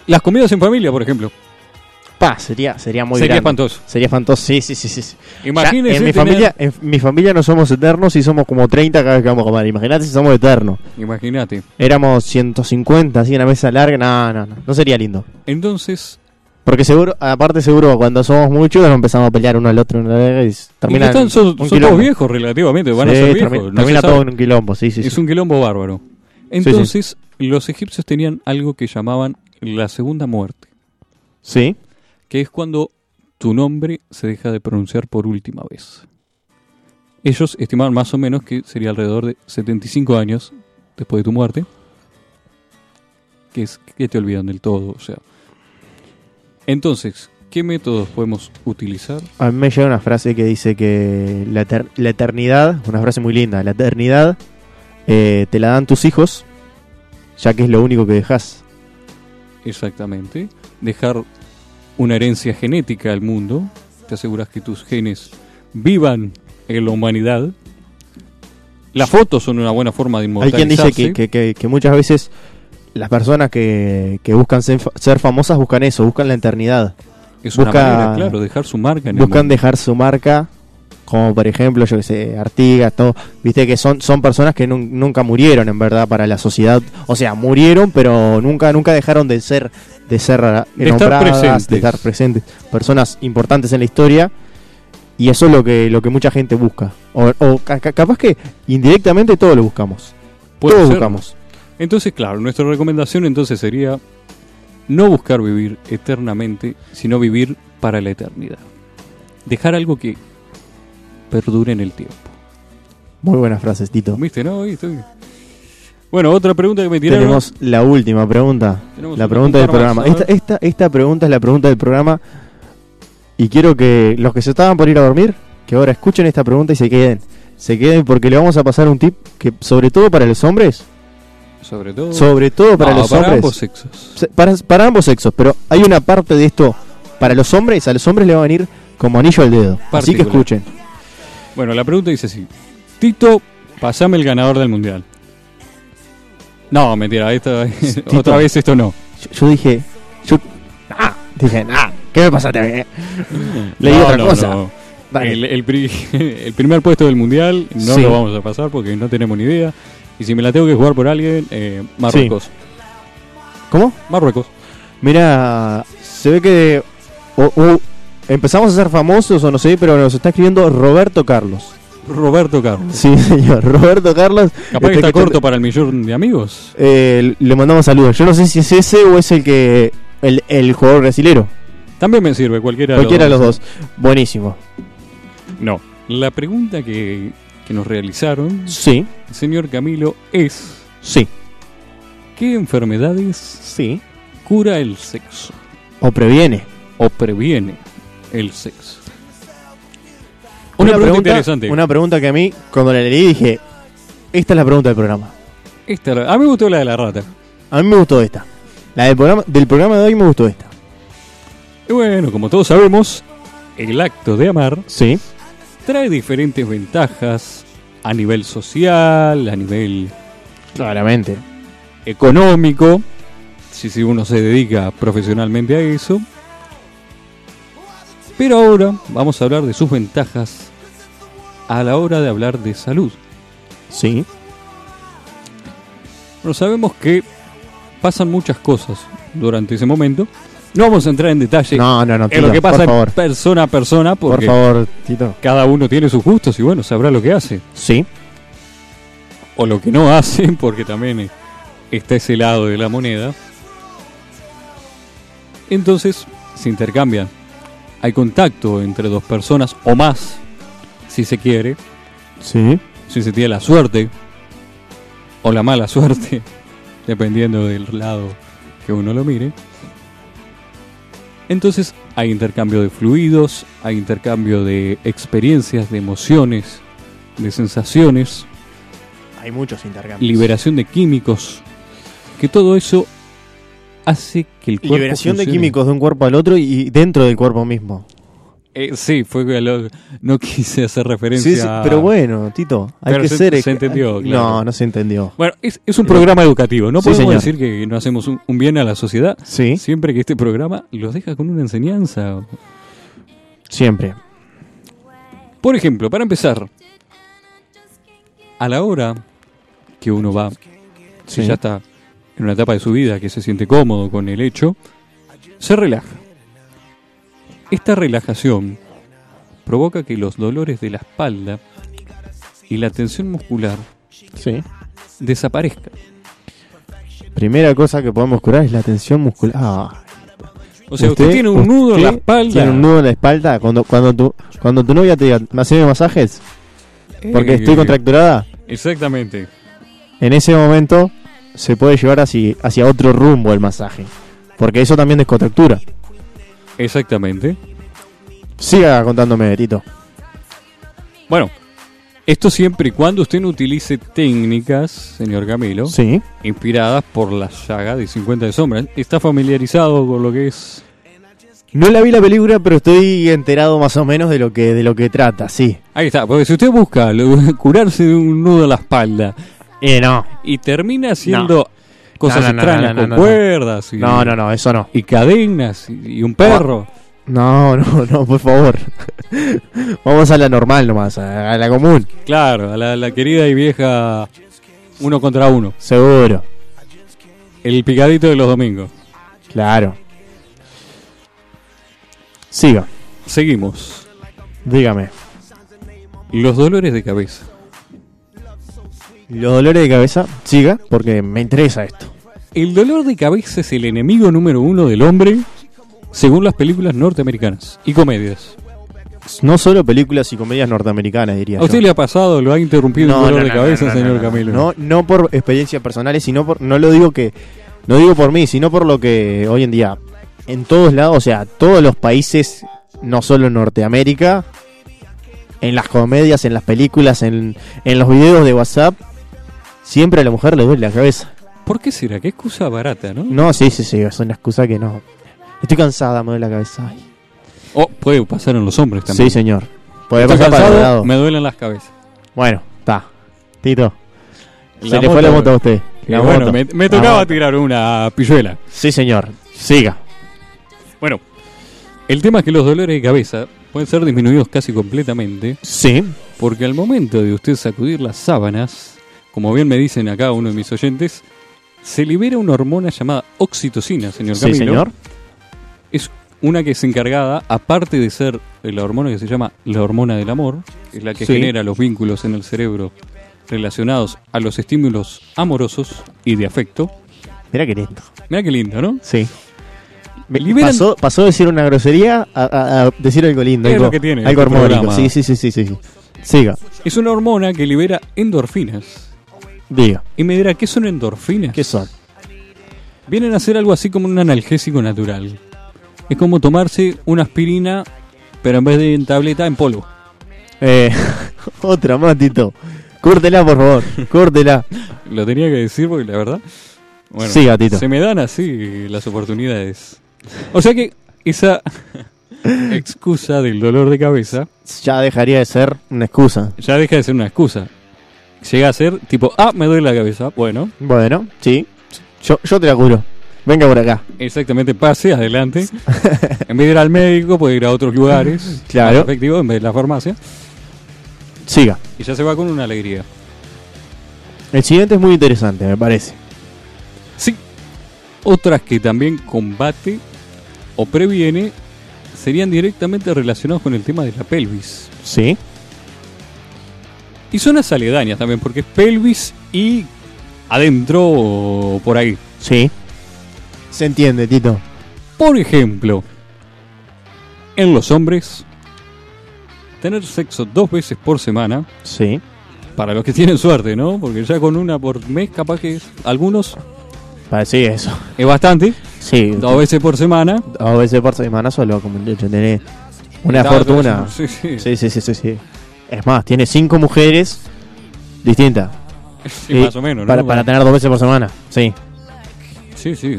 Las comidas en familia, por ejemplo. Pa, sería, sería muy sería grande. espantoso. Sería espantoso. Sí, sí, sí, sí. sí. Imagínese Ya, en mi tener- familia, en mi familia no somos eternos y somos como 30 cada vez que vamos a comer. Imagínate si somos eternos. Imagínate. Éramos 150 así en la mesa larga. No, no, no. No sería lindo. Entonces, Porque seguro, aparte seguro, cuando somos muchos nos empezamos a pelear uno al otro y s- termina y que están- son, en son un todos quilombo. viejos relativamente, van a Sí, ser termi- viejos. termina, no se sabe. todo en un quilombo, sí, sí, sí. es un quilombo bárbaro. Entonces, los egipcios tenían algo que llamaban la segunda muerte, Sí. que es cuando tu nombre se deja de pronunciar por última vez. Ellos estimaban más o menos que sería alrededor de 75 años después de tu muerte, que es que te olvidan del todo, o sea. Entonces, ¿qué métodos podemos utilizar? A mí me llega una frase que dice que la, eter- la eternidad, una frase muy linda, la eternidad eh, te la dan tus hijos, ya que es lo único que dejas. Exactamente. Dejar una herencia genética al mundo. Te aseguras que tus genes vivan en la humanidad. Las fotos son una buena forma de Hay quien inmortalizarse. dice que, que- que- que muchas veces las personas que, que buscan ser, fa- ser famosas buscan eso, buscan la eternidad, es una busca- manera, claro, dejar su marca en el buscan mundo. dejar su marca, como por ejemplo, yo que sé, Artigas, todo. Viste que son, son personas que nun- nunca murieron en verdad para la sociedad, o sea, murieron, pero nunca, nunca dejaron de ser de ser De estar nombradas, presentes. de estar presentes, personas importantes en la historia. Y eso es lo que, lo que muca gente busca. O, o ca- ca- capaz que indirectamente todos lo buscamos. Puede Todos ser. buscamos. Entonces, claro, nuestra recomendación entonces sería no buscar vivir eternamente, sino vivir para la eternidad. Dejar algo que perdure en el tiempo. Muy buenas frases, Tito. ¿Viste? No, Ahí estoy. Bueno, otra pregunta que me tiraron. Tenemos la última pregunta. Tenemos La un- pregunta un del par más, programa. a ver. Esta, esta, esta pregunta es la pregunta del programa. Y quiero que los que se estaban por ir a dormir, que ahora escuchen esta pregunta y se queden. Se queden porque le vamos a pasar un tip que, sobre todo para los hombres, sobre todo sobre todo para Uh. No, los para hombres, ambos sexos. se- para, para ambos sexos, pero hay una parte de esto para los hombres, a los hombres le va a venir como anillo al dedo. Así que Particular. escuchen. Bueno, la pregunta dice así. Tito, pasame el ganador del mundial. No, mentira, esta- (laughs) otra Tito. vez esto no. Yo, yo dije, yo ah, dije, ah, ¿qué (laughs) me pasaste? Leí No, otra no, cosa. no. Dale. El, el pri- (laughs) el primer puesto del mundial no Sí. lo vamos a pasar porque no tenemos ni idea. Y si me la tengo que jugar por alguien, eh, Marruecos. ¿Cómo? Marruecos. Mira, se ve que o- o empezamos a ser famosos o no sé, pero nos está escribiendo Roberto Carlos. (laughs) Roberto Carlos. Sí, señor, Roberto Carlos. Capaz que está Este que- corto para el millón de amigos. eh, le mandamos saludos. Yo no sé si es ese o es el que el, el jugador brasilero. También me sirve cualquiera, Cualquiera de los dos. Buenísimo. No. La pregunta que, que nos realizaron, Sí, señor Camilo, es: sí, ¿Qué enfermedades sí. cura el sexo O previene. o previene el sexo? Una, pregunta, interesante. Una pregunta que a mí cuando la leí dije, esta es la pregunta del programa. Esta era- a mí me gustó la de la rata. A mí me gustó esta. La del programa del programa de hoy me gustó esta. Y bueno, como todos sabemos, el acto de amar Sí. trae diferentes ventajas a nivel social, a nivel Claramente. económico, si, si uno se dedica profesionalmente a eso. Pero ahora vamos a hablar de sus ventajas a la hora de hablar de salud. Sí. Bueno, sabemos que pasan muchas cosas durante ese momento. No vamos a entrar en detalle No, no, no. en Eh, lo Tito, que pasa por favor. persona a persona, Por porque favor, Tito. cada uno tiene sus gustos y bueno, sabrá lo que hace. Sí. o lo que no hacen, (laughs) porque también eh, está ese lado de la moneda. Entonces se intercambian. Hay contacto entre dos personas o más, si se quiere, Sí. si se tiene la suerte o la mala suerte, (laughs) dependiendo del lado que uno lo mire. Entonces hay intercambio de fluidos, hay intercambio de experiencias, de emociones, de sensaciones Hay muchos intercambios. liberación de químicos, que todo eso hace que el cuerpo Liberación de funcione. químicos de un cuerpo al otro y dentro del cuerpo mismo. Eh, sí, fue que lo- no quise hacer referencia. Sí, sí, a- pero bueno, Tito, hay Pero que se- ser. se (laughs) entendió, claro. No, no se entendió. Bueno, es, es un programa educativo. No Sí, podemos decir señor. que no hacemos un, un bien a la sociedad. Sí, Siempre que este programa los deja con una enseñanza. siempre. Por ejemplo, para empezar, a la hora que uno va, si Sí. ya está en una etapa de su vida que se siente cómodo con el hecho, se relaja. Esta relajación provoca que los dolores de la espalda y la tensión muscular Sí. desaparezcan. Primera cosa que podemos curar es la tensión muscular. Ah, O sea, usted, tiene un nudo en la usted espalda. Tiene un nudo en la espalda. Cuando, cuando, tu, cuando tu novia te diga, ¿me haces masajes? Porque Eh, estoy contracturada. Exactamente. En ese momento se puede llevar hacia, hacia otro rumbo el masaje. Porque eso también descontractura. Exactamente. Siga contándome, Tito. Bueno, esto siempre y cuando usted no utilice técnicas, señor Camilo, Sí. inspiradas por la saga de 50 de sombras. ¿Está familiarizado con lo que es? No la vi la película, pero estoy enterado más o menos de lo que, de lo que trata, sí. Ahí está, porque si usted busca lo- curarse de (laughs) un nudo a la espalda Eh, no. y termina haciendo cosas No, no, no, extrañas no, no, con no, no. cuerdas y, No, no, Ah. no, eso no. y cadenas y, y un perro, No, (laughs) no, no, por favor. Vamos a la normal nomás, a a la común. claro, a la, la querida y vieja uno contra uno, Seguro. el picadito de los domingos. Claro. Siga, Seguimos. dígame. Los dolores de cabeza. los dolores de cabeza, siga, porque me interesa esto. El dolor de cabeza es el enemigo número uno del hombre, según las películas norteamericanas y comedias. No solo películas y comedias norteamericanas, diría ¿A usted yo. le ha pasado? ¿Lo ha interrumpido No, el dolor no, de no, cabeza, no, no, señor no, no. Camilo? No, no por experiencias personales, sino por, no lo digo que, no digo por mí, sino por lo que hoy en día, en todos lados, o sea, todos los países, no solo en Norteamérica, en las comedias, en las películas, en, en los videos de WhatsApp, siempre a la mujer le duele la cabeza. ¿Por qué será? ¿Qué excusa barata, no? No, sí, sí, sí, es una excusa que no. Estoy cansada, me duele la cabeza. Ay. O Oh, puede pasar en los hombres Sí, también. señor. Puede Estoy pasar para cansado, el lado. me duelen las cabezas. Bueno, está. Tito, se La le fue la moto- moto a usted. Y La bueno, moto. me, me La tocaba moto. tirar una pilluela. Sí, señor. Siga. Bueno, el tema es que los dolores de cabeza pueden ser disminuidos casi completamente Sí. porque al momento de usted sacudir las sábanas, como bien me dicen acá uno de mis oyentes, se libera una hormona llamada oxitocina, señor Sí, Camilo. señor. Es una que es encargada, aparte de ser la hormona que se llama la hormona del amor, que es la que Sí. genera los vínculos en el cerebro relacionados a los estímulos amorosos y de afecto. Mira qué lindo. Mira qué lindo, ¿no? Sí. Me Liberan- pasó, pasó de decir una grosería a, a- a decir algo lindo. Es algo, lo que tiene Algo este armónico. programa. Sí, sí, sí, sí, sí. sí. Siga. Es una hormona que libera endorfinas. Diga. Y me dirá, ¿qué son endorfinas? ¿Qué son? Vienen a ser algo así como un analgésico natural. Es como tomarse una aspirina, pero en vez de en tableta, en polvo. Eh, (laughs) otra más, Tito. Córtela, (laughs) por favor. Córtela. Lo tenía que decir porque la verdad. Bueno, Siga, Tito. se me dan así las oportunidades. O sea que esa excusa del dolor de cabeza Ya dejaría de ser una excusa. ya deja de ser una excusa. Llega a ser tipo, ah, me duele la cabeza. Bueno, Bueno, sí. Yo, yo te la curo. Venga por acá. exactamente, pase adelante. En vez de ir al médico, puede ir a otros lugares. Claro. más efectivos, en vez de la farmacia. Siga. Y ya se va con una alegría. El siguiente es muy interesante, me parece. Sí. Otras que también combate o previene serían directamente relacionadas con el tema de la pelvis. Sí. Y zonas aledañas también, porque es pelvis y adentro o por ahí. Sí. Se entiende, Tito. Por ejemplo, en los hombres, tener sexo dos veces por semana, Sí. para los que tienen suerte, ¿no? Porque ya con una por mes, capaz que algunos Ah, Sí, eso. (laughs) es bastante. Sí. Dos veces por semana. Dos veces por semana solo, como yo tenés una Cada- fortuna. Sí, sí. Sí, sí, sí, sí, sí. Es más, tiene cinco mujeres distintas. (laughs) Sí, Y más o menos, ¿no? Para, para tener dos veces por semana. Sí. Sí, sí.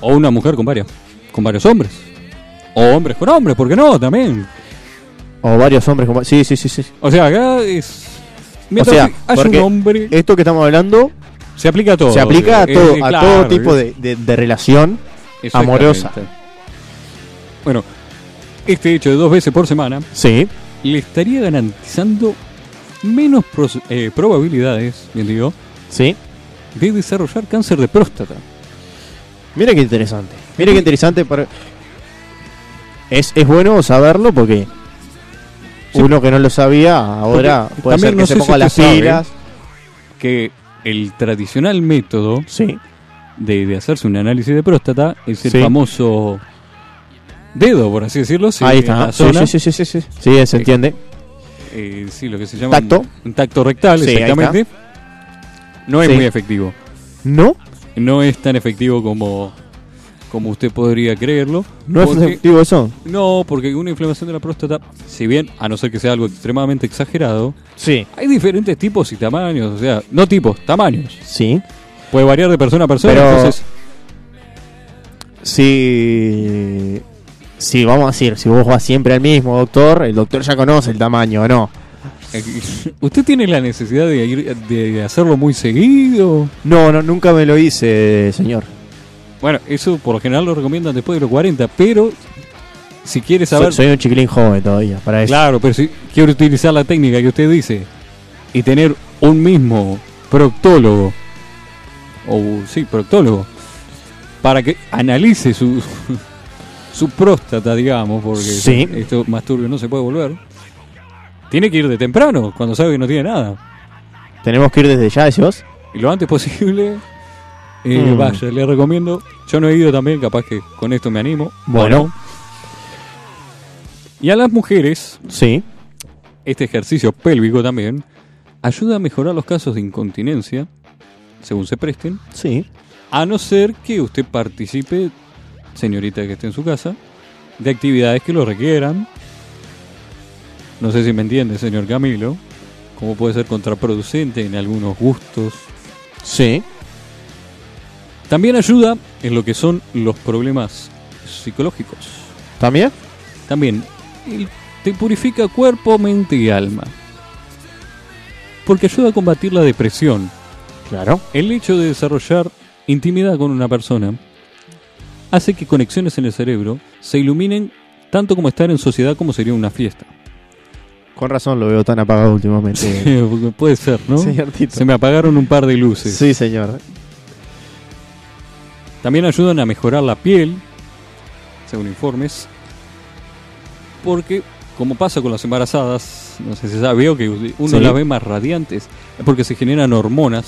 O una mujer con varias, con varios hombres. O hombres con hombres, ¿por qué no? También. O varios hombres. Como... Sí, sí, sí, sí. O sea, acá es. Mientras sea, que hay un porque- hombre, Esto que estamos hablando se aplica a todo. se aplica a Eh, todo, eh, a claro, todo tipo eh, de, de- de relación. exactamente. amorosa. Bueno, este hecho de dos veces por semana Sí. le estaría garantizando menos pros- eh, probabilidades, bien digo, Sí. de desarrollar cáncer de próstata. Mira qué interesante. Mira qué interesante. Para... Es, es bueno saberlo porque Sí. uno que no lo sabía ahora Porque puede también ser que no se sé si ponga las usted sabe. pilas. Que el tradicional método Sí. de, de hacerse un análisis de próstata es el Sí. famoso dedo, por así decirlo. sí, Ahí en está. la Sí, zona, sí, sí, sí, sí, sí. Sí, se entiende. eh, sí, lo que se llama un- Tacto. Un, tacto rectal, Sí, ahí exactamente. No es Sí. muy efectivo. No, No es tan efectivo como, como usted podría creerlo. no es porque- efectivo eso. No, porque una inflamación de la próstata, si bien, a no ser que sea algo extremadamente exagerado, Sí. hay diferentes tipos y tamaños, o sea, no tipos, tamaños. Sí. Puede variar de persona a persona, Pero- entonces Si. Si vamos a decir, si vos vas siempre al mismo doctor, el doctor ya conoce el tamaño, ¿o no? Eh, (laughs) ¿Usted tiene la necesidad de ir de hacerlo muy seguido? No, no, nunca me lo hice, señor. Bueno, eso por lo general lo recomiendan después de los 40, pero si quiere Soy, saber. soy un chiquilín joven todavía, para eso. claro, pero si quiere utilizar la técnica que usted dice y tener un mismo proctólogo, o sí, proctólogo, para que analice su, (laughs) su próstata, digamos, porque Sí. esto más turbio no se puede volver. Tiene que ir de temprano, cuando sabe que no tiene nada. Tenemos que ir desde ya, decís Y lo antes posible, eh, Mm. vaya, le recomiendo. Yo no he ido también, capaz que con esto me animo. Bueno. O no. Y a las mujeres, Sí. este ejercicio pélvico también ayuda a mejorar los casos de incontinencia, según se presten, Sí. a no ser que usted participe, señorita que esté en su casa, de actividades que lo requieran. No sé si me entiende, señor Camilo, como puede ser contraproducente en algunos gustos. Sí. También ayuda en lo que son los problemas psicológicos. ¿También? También el- te purifica cuerpo, mente y alma. Porque ayuda a combatir la depresión. Claro. El hecho de desarrollar intimidad con una persona hace que conexiones en el cerebro se iluminen tanto como estar en sociedad como sería una fiesta. (laughs) Con razón lo veo tan apagado últimamente. Porque Puede ser, ¿no? Señor Tito. Se me apagaron un par de Sí. luces. señor. También ayudan a mejorar la piel, según informes, porque como pasa con las embarazadas, no sé si sabe, veo que uno Sí. las ve más radiantes, es porque se generan hormonas,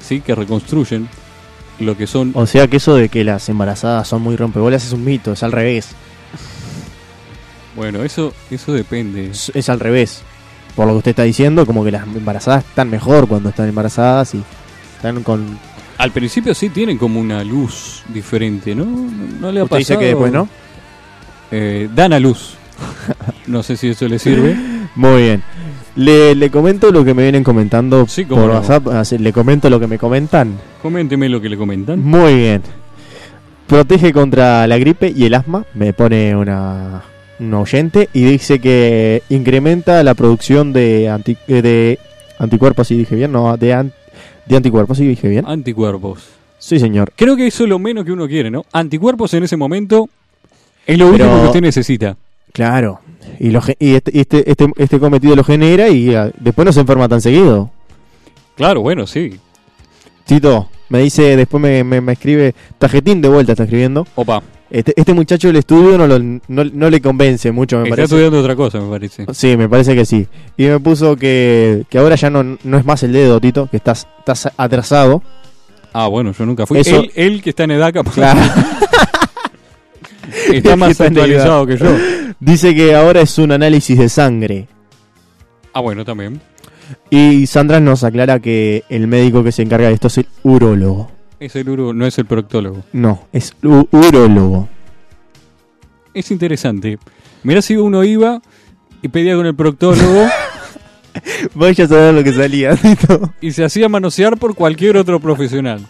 sí, que reconstruyen lo que son. O sea que eso de que las embarazadas son muy rompebolas es un mito, es al revés. Bueno, eso, eso depende. Es, es al revés. Por lo que usted está diciendo, como que las embarazadas están mejor cuando están embarazadas y están con. Al principio sí tienen como una luz diferente, ¿no? No, no le ha Usted dice pasado. que después, ¿no? Eh, dan a luz. (laughs) No sé si eso le sirve. Muy bien. Le, le comento lo que me vienen comentando Sí, cómo por no. WhatsApp. así, Le comento lo que me comentan. Coménteme lo que le comentan. Muy bien. Protege contra la gripe y el asma. Me pone una, un oyente y dice que incrementa la producción de, anti- eh, de anticuerpos, si dije bien, no, de, an- de anticuerpos, si dije bien. Anticuerpos. Ah, Sí, señor. Creo que eso es lo menos que uno quiere, ¿no? Anticuerpos en ese momento es lo Pero- único que usted necesita. Claro. Y, lo ge- y este, este, este, este cometido lo genera y ah, después no se enferma tan seguido. Claro, bueno, sí. Tito, me dice, después me, me- me escribe, Tajetín de vuelta está escribiendo. Opa, Este, este muchacho del estudio no, lo- no, no le convence mucho, me está parece. Pues, estudiando otra cosa, me parece. Sí, me parece que sí. Y me puso que, que ahora ya no, no es más el dedo, Tito, que estás, estás (laughs) atrasado. Ah, bueno, yo nunca fui. Eso- Él, él que está en edad capaz, (laughs) Él (laughs) que está más está en edad. actualizado que yo. Dice que ahora es un análisis de sangre. Ah, bueno, también. Y Sandra nos aclara que el médico que se encarga de esto es el urólogo. Es el uro, no es el proctólogo. No, es u- urólogo. Es interesante. Mirá si uno iba y pedía con el (laughs) proctólogo Vaya a saber lo que salía, (laughs) Tito. y se hacía manosear por cualquier otro profesional.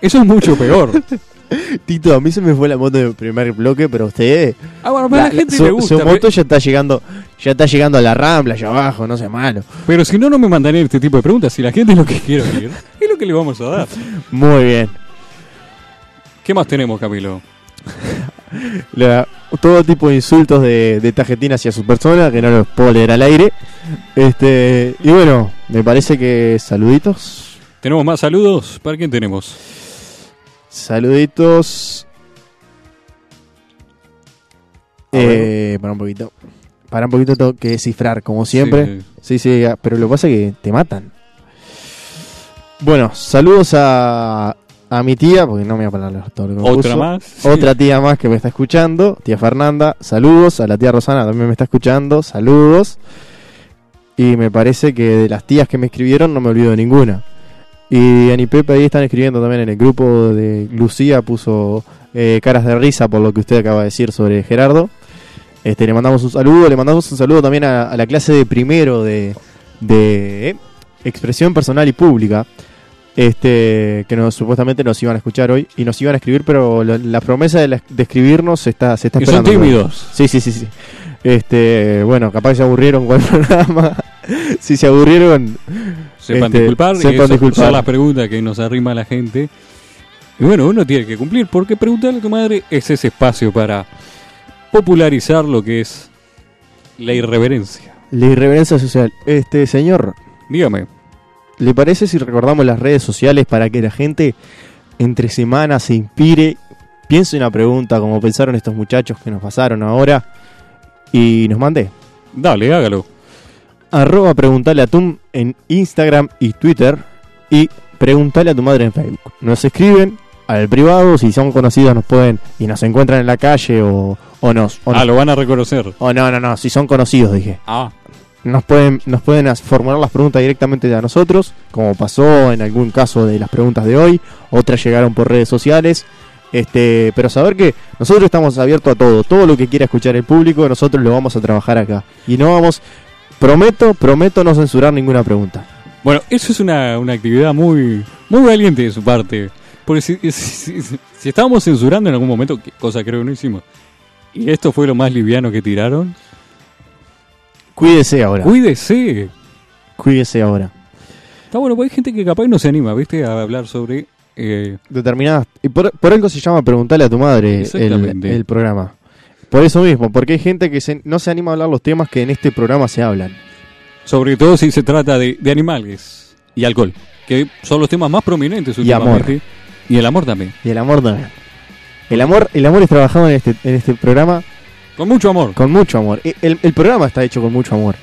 Eso es mucho peor. Tito, a mí se me fue la moto del primer bloque, pero a usted. Ah, bueno, pero a la, gente su, le gusta. su pe- moto ya está llegando. Ya está llegando a la rambla, allá abajo, no sea malo. Pero si no, no me mandarían este tipo de preguntas. Si la gente es lo que (laughs) quiere oír, es lo que le vamos a dar. Muy bien. ¿Qué más tenemos, Camilo? La- todo tipo de insultos de, de Tajetín hacia su persona, que no los puedo leer al aire. Este, y bueno, me parece que saluditos. ¿Tenemos más saludos? ¿Para quién tenemos? Saluditos. A ver. Eh, para un poquito. Para un poquito tengo que descifrar, como siempre. Sí, eh, Sí, sí, ah, pero lo que pasa es que te matan. Bueno, saludos a, a mi tía, porque no me voy a parar todo lo que me ¿Otra puso. más? (laughs) Otra tía más que me está escuchando, tía Fernanda, saludos. A la tía Rosana también me está escuchando, saludos. Y me parece que de las tías que me escribieron no me olvido de ninguna. Y Ani Pepe ahí están escribiendo también en el grupo de Lucía, puso eh, caras de risa por lo que usted acaba de decir sobre Gerardo. Este, le mandamos un saludo, le mandamos un saludo también a, a la clase de primero de, de eh, expresión personal y pública este que nos, supuestamente nos iban a escuchar hoy y nos iban a escribir, pero la, la promesa de, la- de escribirnos se está, se está Que son esperando. tímidos. Sí, sí, sí, sí. Este, bueno, capaz que se aburrieron con el (laughs) programa. si se aburrieron, Sepan Este, disculpar. sepan que son- disculpar. Son las preguntas que nos arrima la gente. Y bueno, uno tiene que cumplir, porque preguntarle a tu madre es ese espacio para popularizar lo que es la irreverencia. la irreverencia social. Este, señor, Dígame. ¿le parece si recordamos las redes sociales para que la gente entre semanas se inspire, piense una pregunta como pensaron estos muchachos que nos pasaron ahora y nos mande? Dale, hágalo. arroba preguntale a Tum en Instagram y Twitter y preguntale a tu madre en Facebook. Nos escriben al privado, si son conocidos nos pueden y nos encuentran en la calle o, o nos... O Ah, no, lo van a reconocer. o no, no, no, si son conocidos dije. Ah, Nos pueden, nos pueden as- formular las preguntas directamente a nosotros, como pasó en algún caso de las preguntas de hoy, otras llegaron por redes sociales. Este, pero saber que nosotros estamos abiertos a todo, todo lo que quiera escuchar el público, nosotros lo vamos a trabajar acá. Y no vamos, prometo, prometo no censurar ninguna pregunta. bueno, eso es una, una actividad muy, muy valiente de su parte. Porque si, si, si- si estábamos censurando en algún momento, que- cosa creo que no hicimos, y esto fue lo más liviano que tiraron, Cuídese ahora, cuídese. cuídese ahora. Está bueno, porque hay gente que capaz no se anima, ¿viste? A hablar sobre. eh, Determinadas, y por, por algo se llama preguntarle a tu madre el, Exactamente. el programa. Por eso mismo, porque hay gente que se- no se anima a hablar los temas que en este programa se hablan. sobre todo si se trata de, de animales y alcohol, que son los temas más prominentes Y amor. últimamente. Y el amor también. Y el amor también. El amor, el amor es trabajado en este, en este programa Con mucho amor. con mucho amor. E- El, el programa está hecho con mucho amor.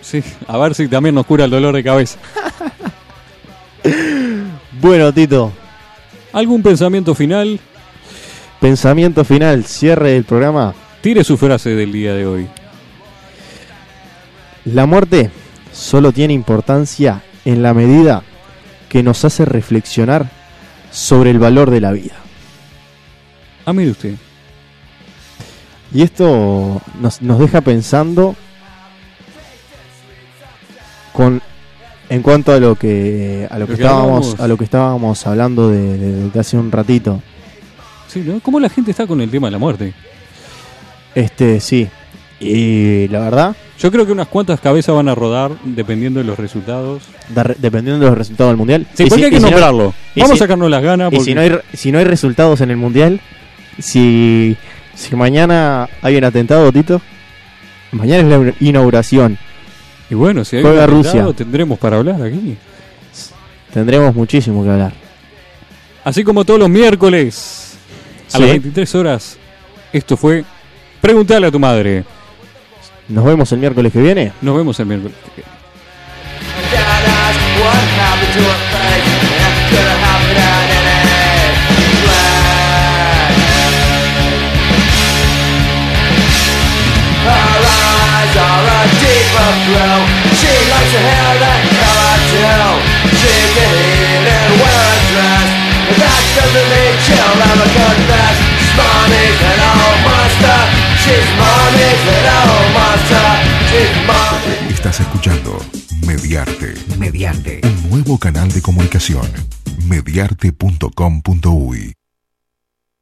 Sí, a ver si también nos cura el dolor de cabeza. Bueno, Tito, ¿Algún pensamiento final? pensamiento final, cierre del programa. Tire su frase del día de hoy. La muerte solo tiene importancia en la medida que nos hace reflexionar sobre el valor de la vida. Ah, mire usted. Y esto nos, nos deja pensando con en cuanto a lo que a lo que, Lo que estábamos hablamos. a lo que estábamos hablando de- de- de hace un ratito. Sí, ¿no? ¿Cómo la gente está con el tema de la muerte? Este, sí. Y la verdad, Yo creo que unas cuantas cabezas van a rodar dependiendo de los resultados. da- dependiendo de los resultados del mundial. Sí, y porque hay que y si no- nombrarlo. y Vamos a si- sacarnos las ganas. y Porque... si no, hay, re- si no hay resultados en el mundial, si, si mañana hay un atentado, Tito, mañana es la ina- inauguración. Y bueno, si hay Juega un Rusia. resultado, tendremos para hablar aquí. Tendremos muchísimo que hablar. Así como todos los miércoles a Sí. las 23 horas. Esto fue Preguntale a tu madre. Nos vemos el miércoles que viene. Nos vemos el miércoles. Dad asked what happened to her face And that could have happened at any place Her eyes are a deeper blue She likes to hear that color too She can eat and wear a dress But that doesn't mean she'll ever confess She's mommy's an old monster She's mommy's an old monster She's mommy's Estás escuchando Mediarte, mediante. un nuevo canal de comunicación. Mediarte.com.uy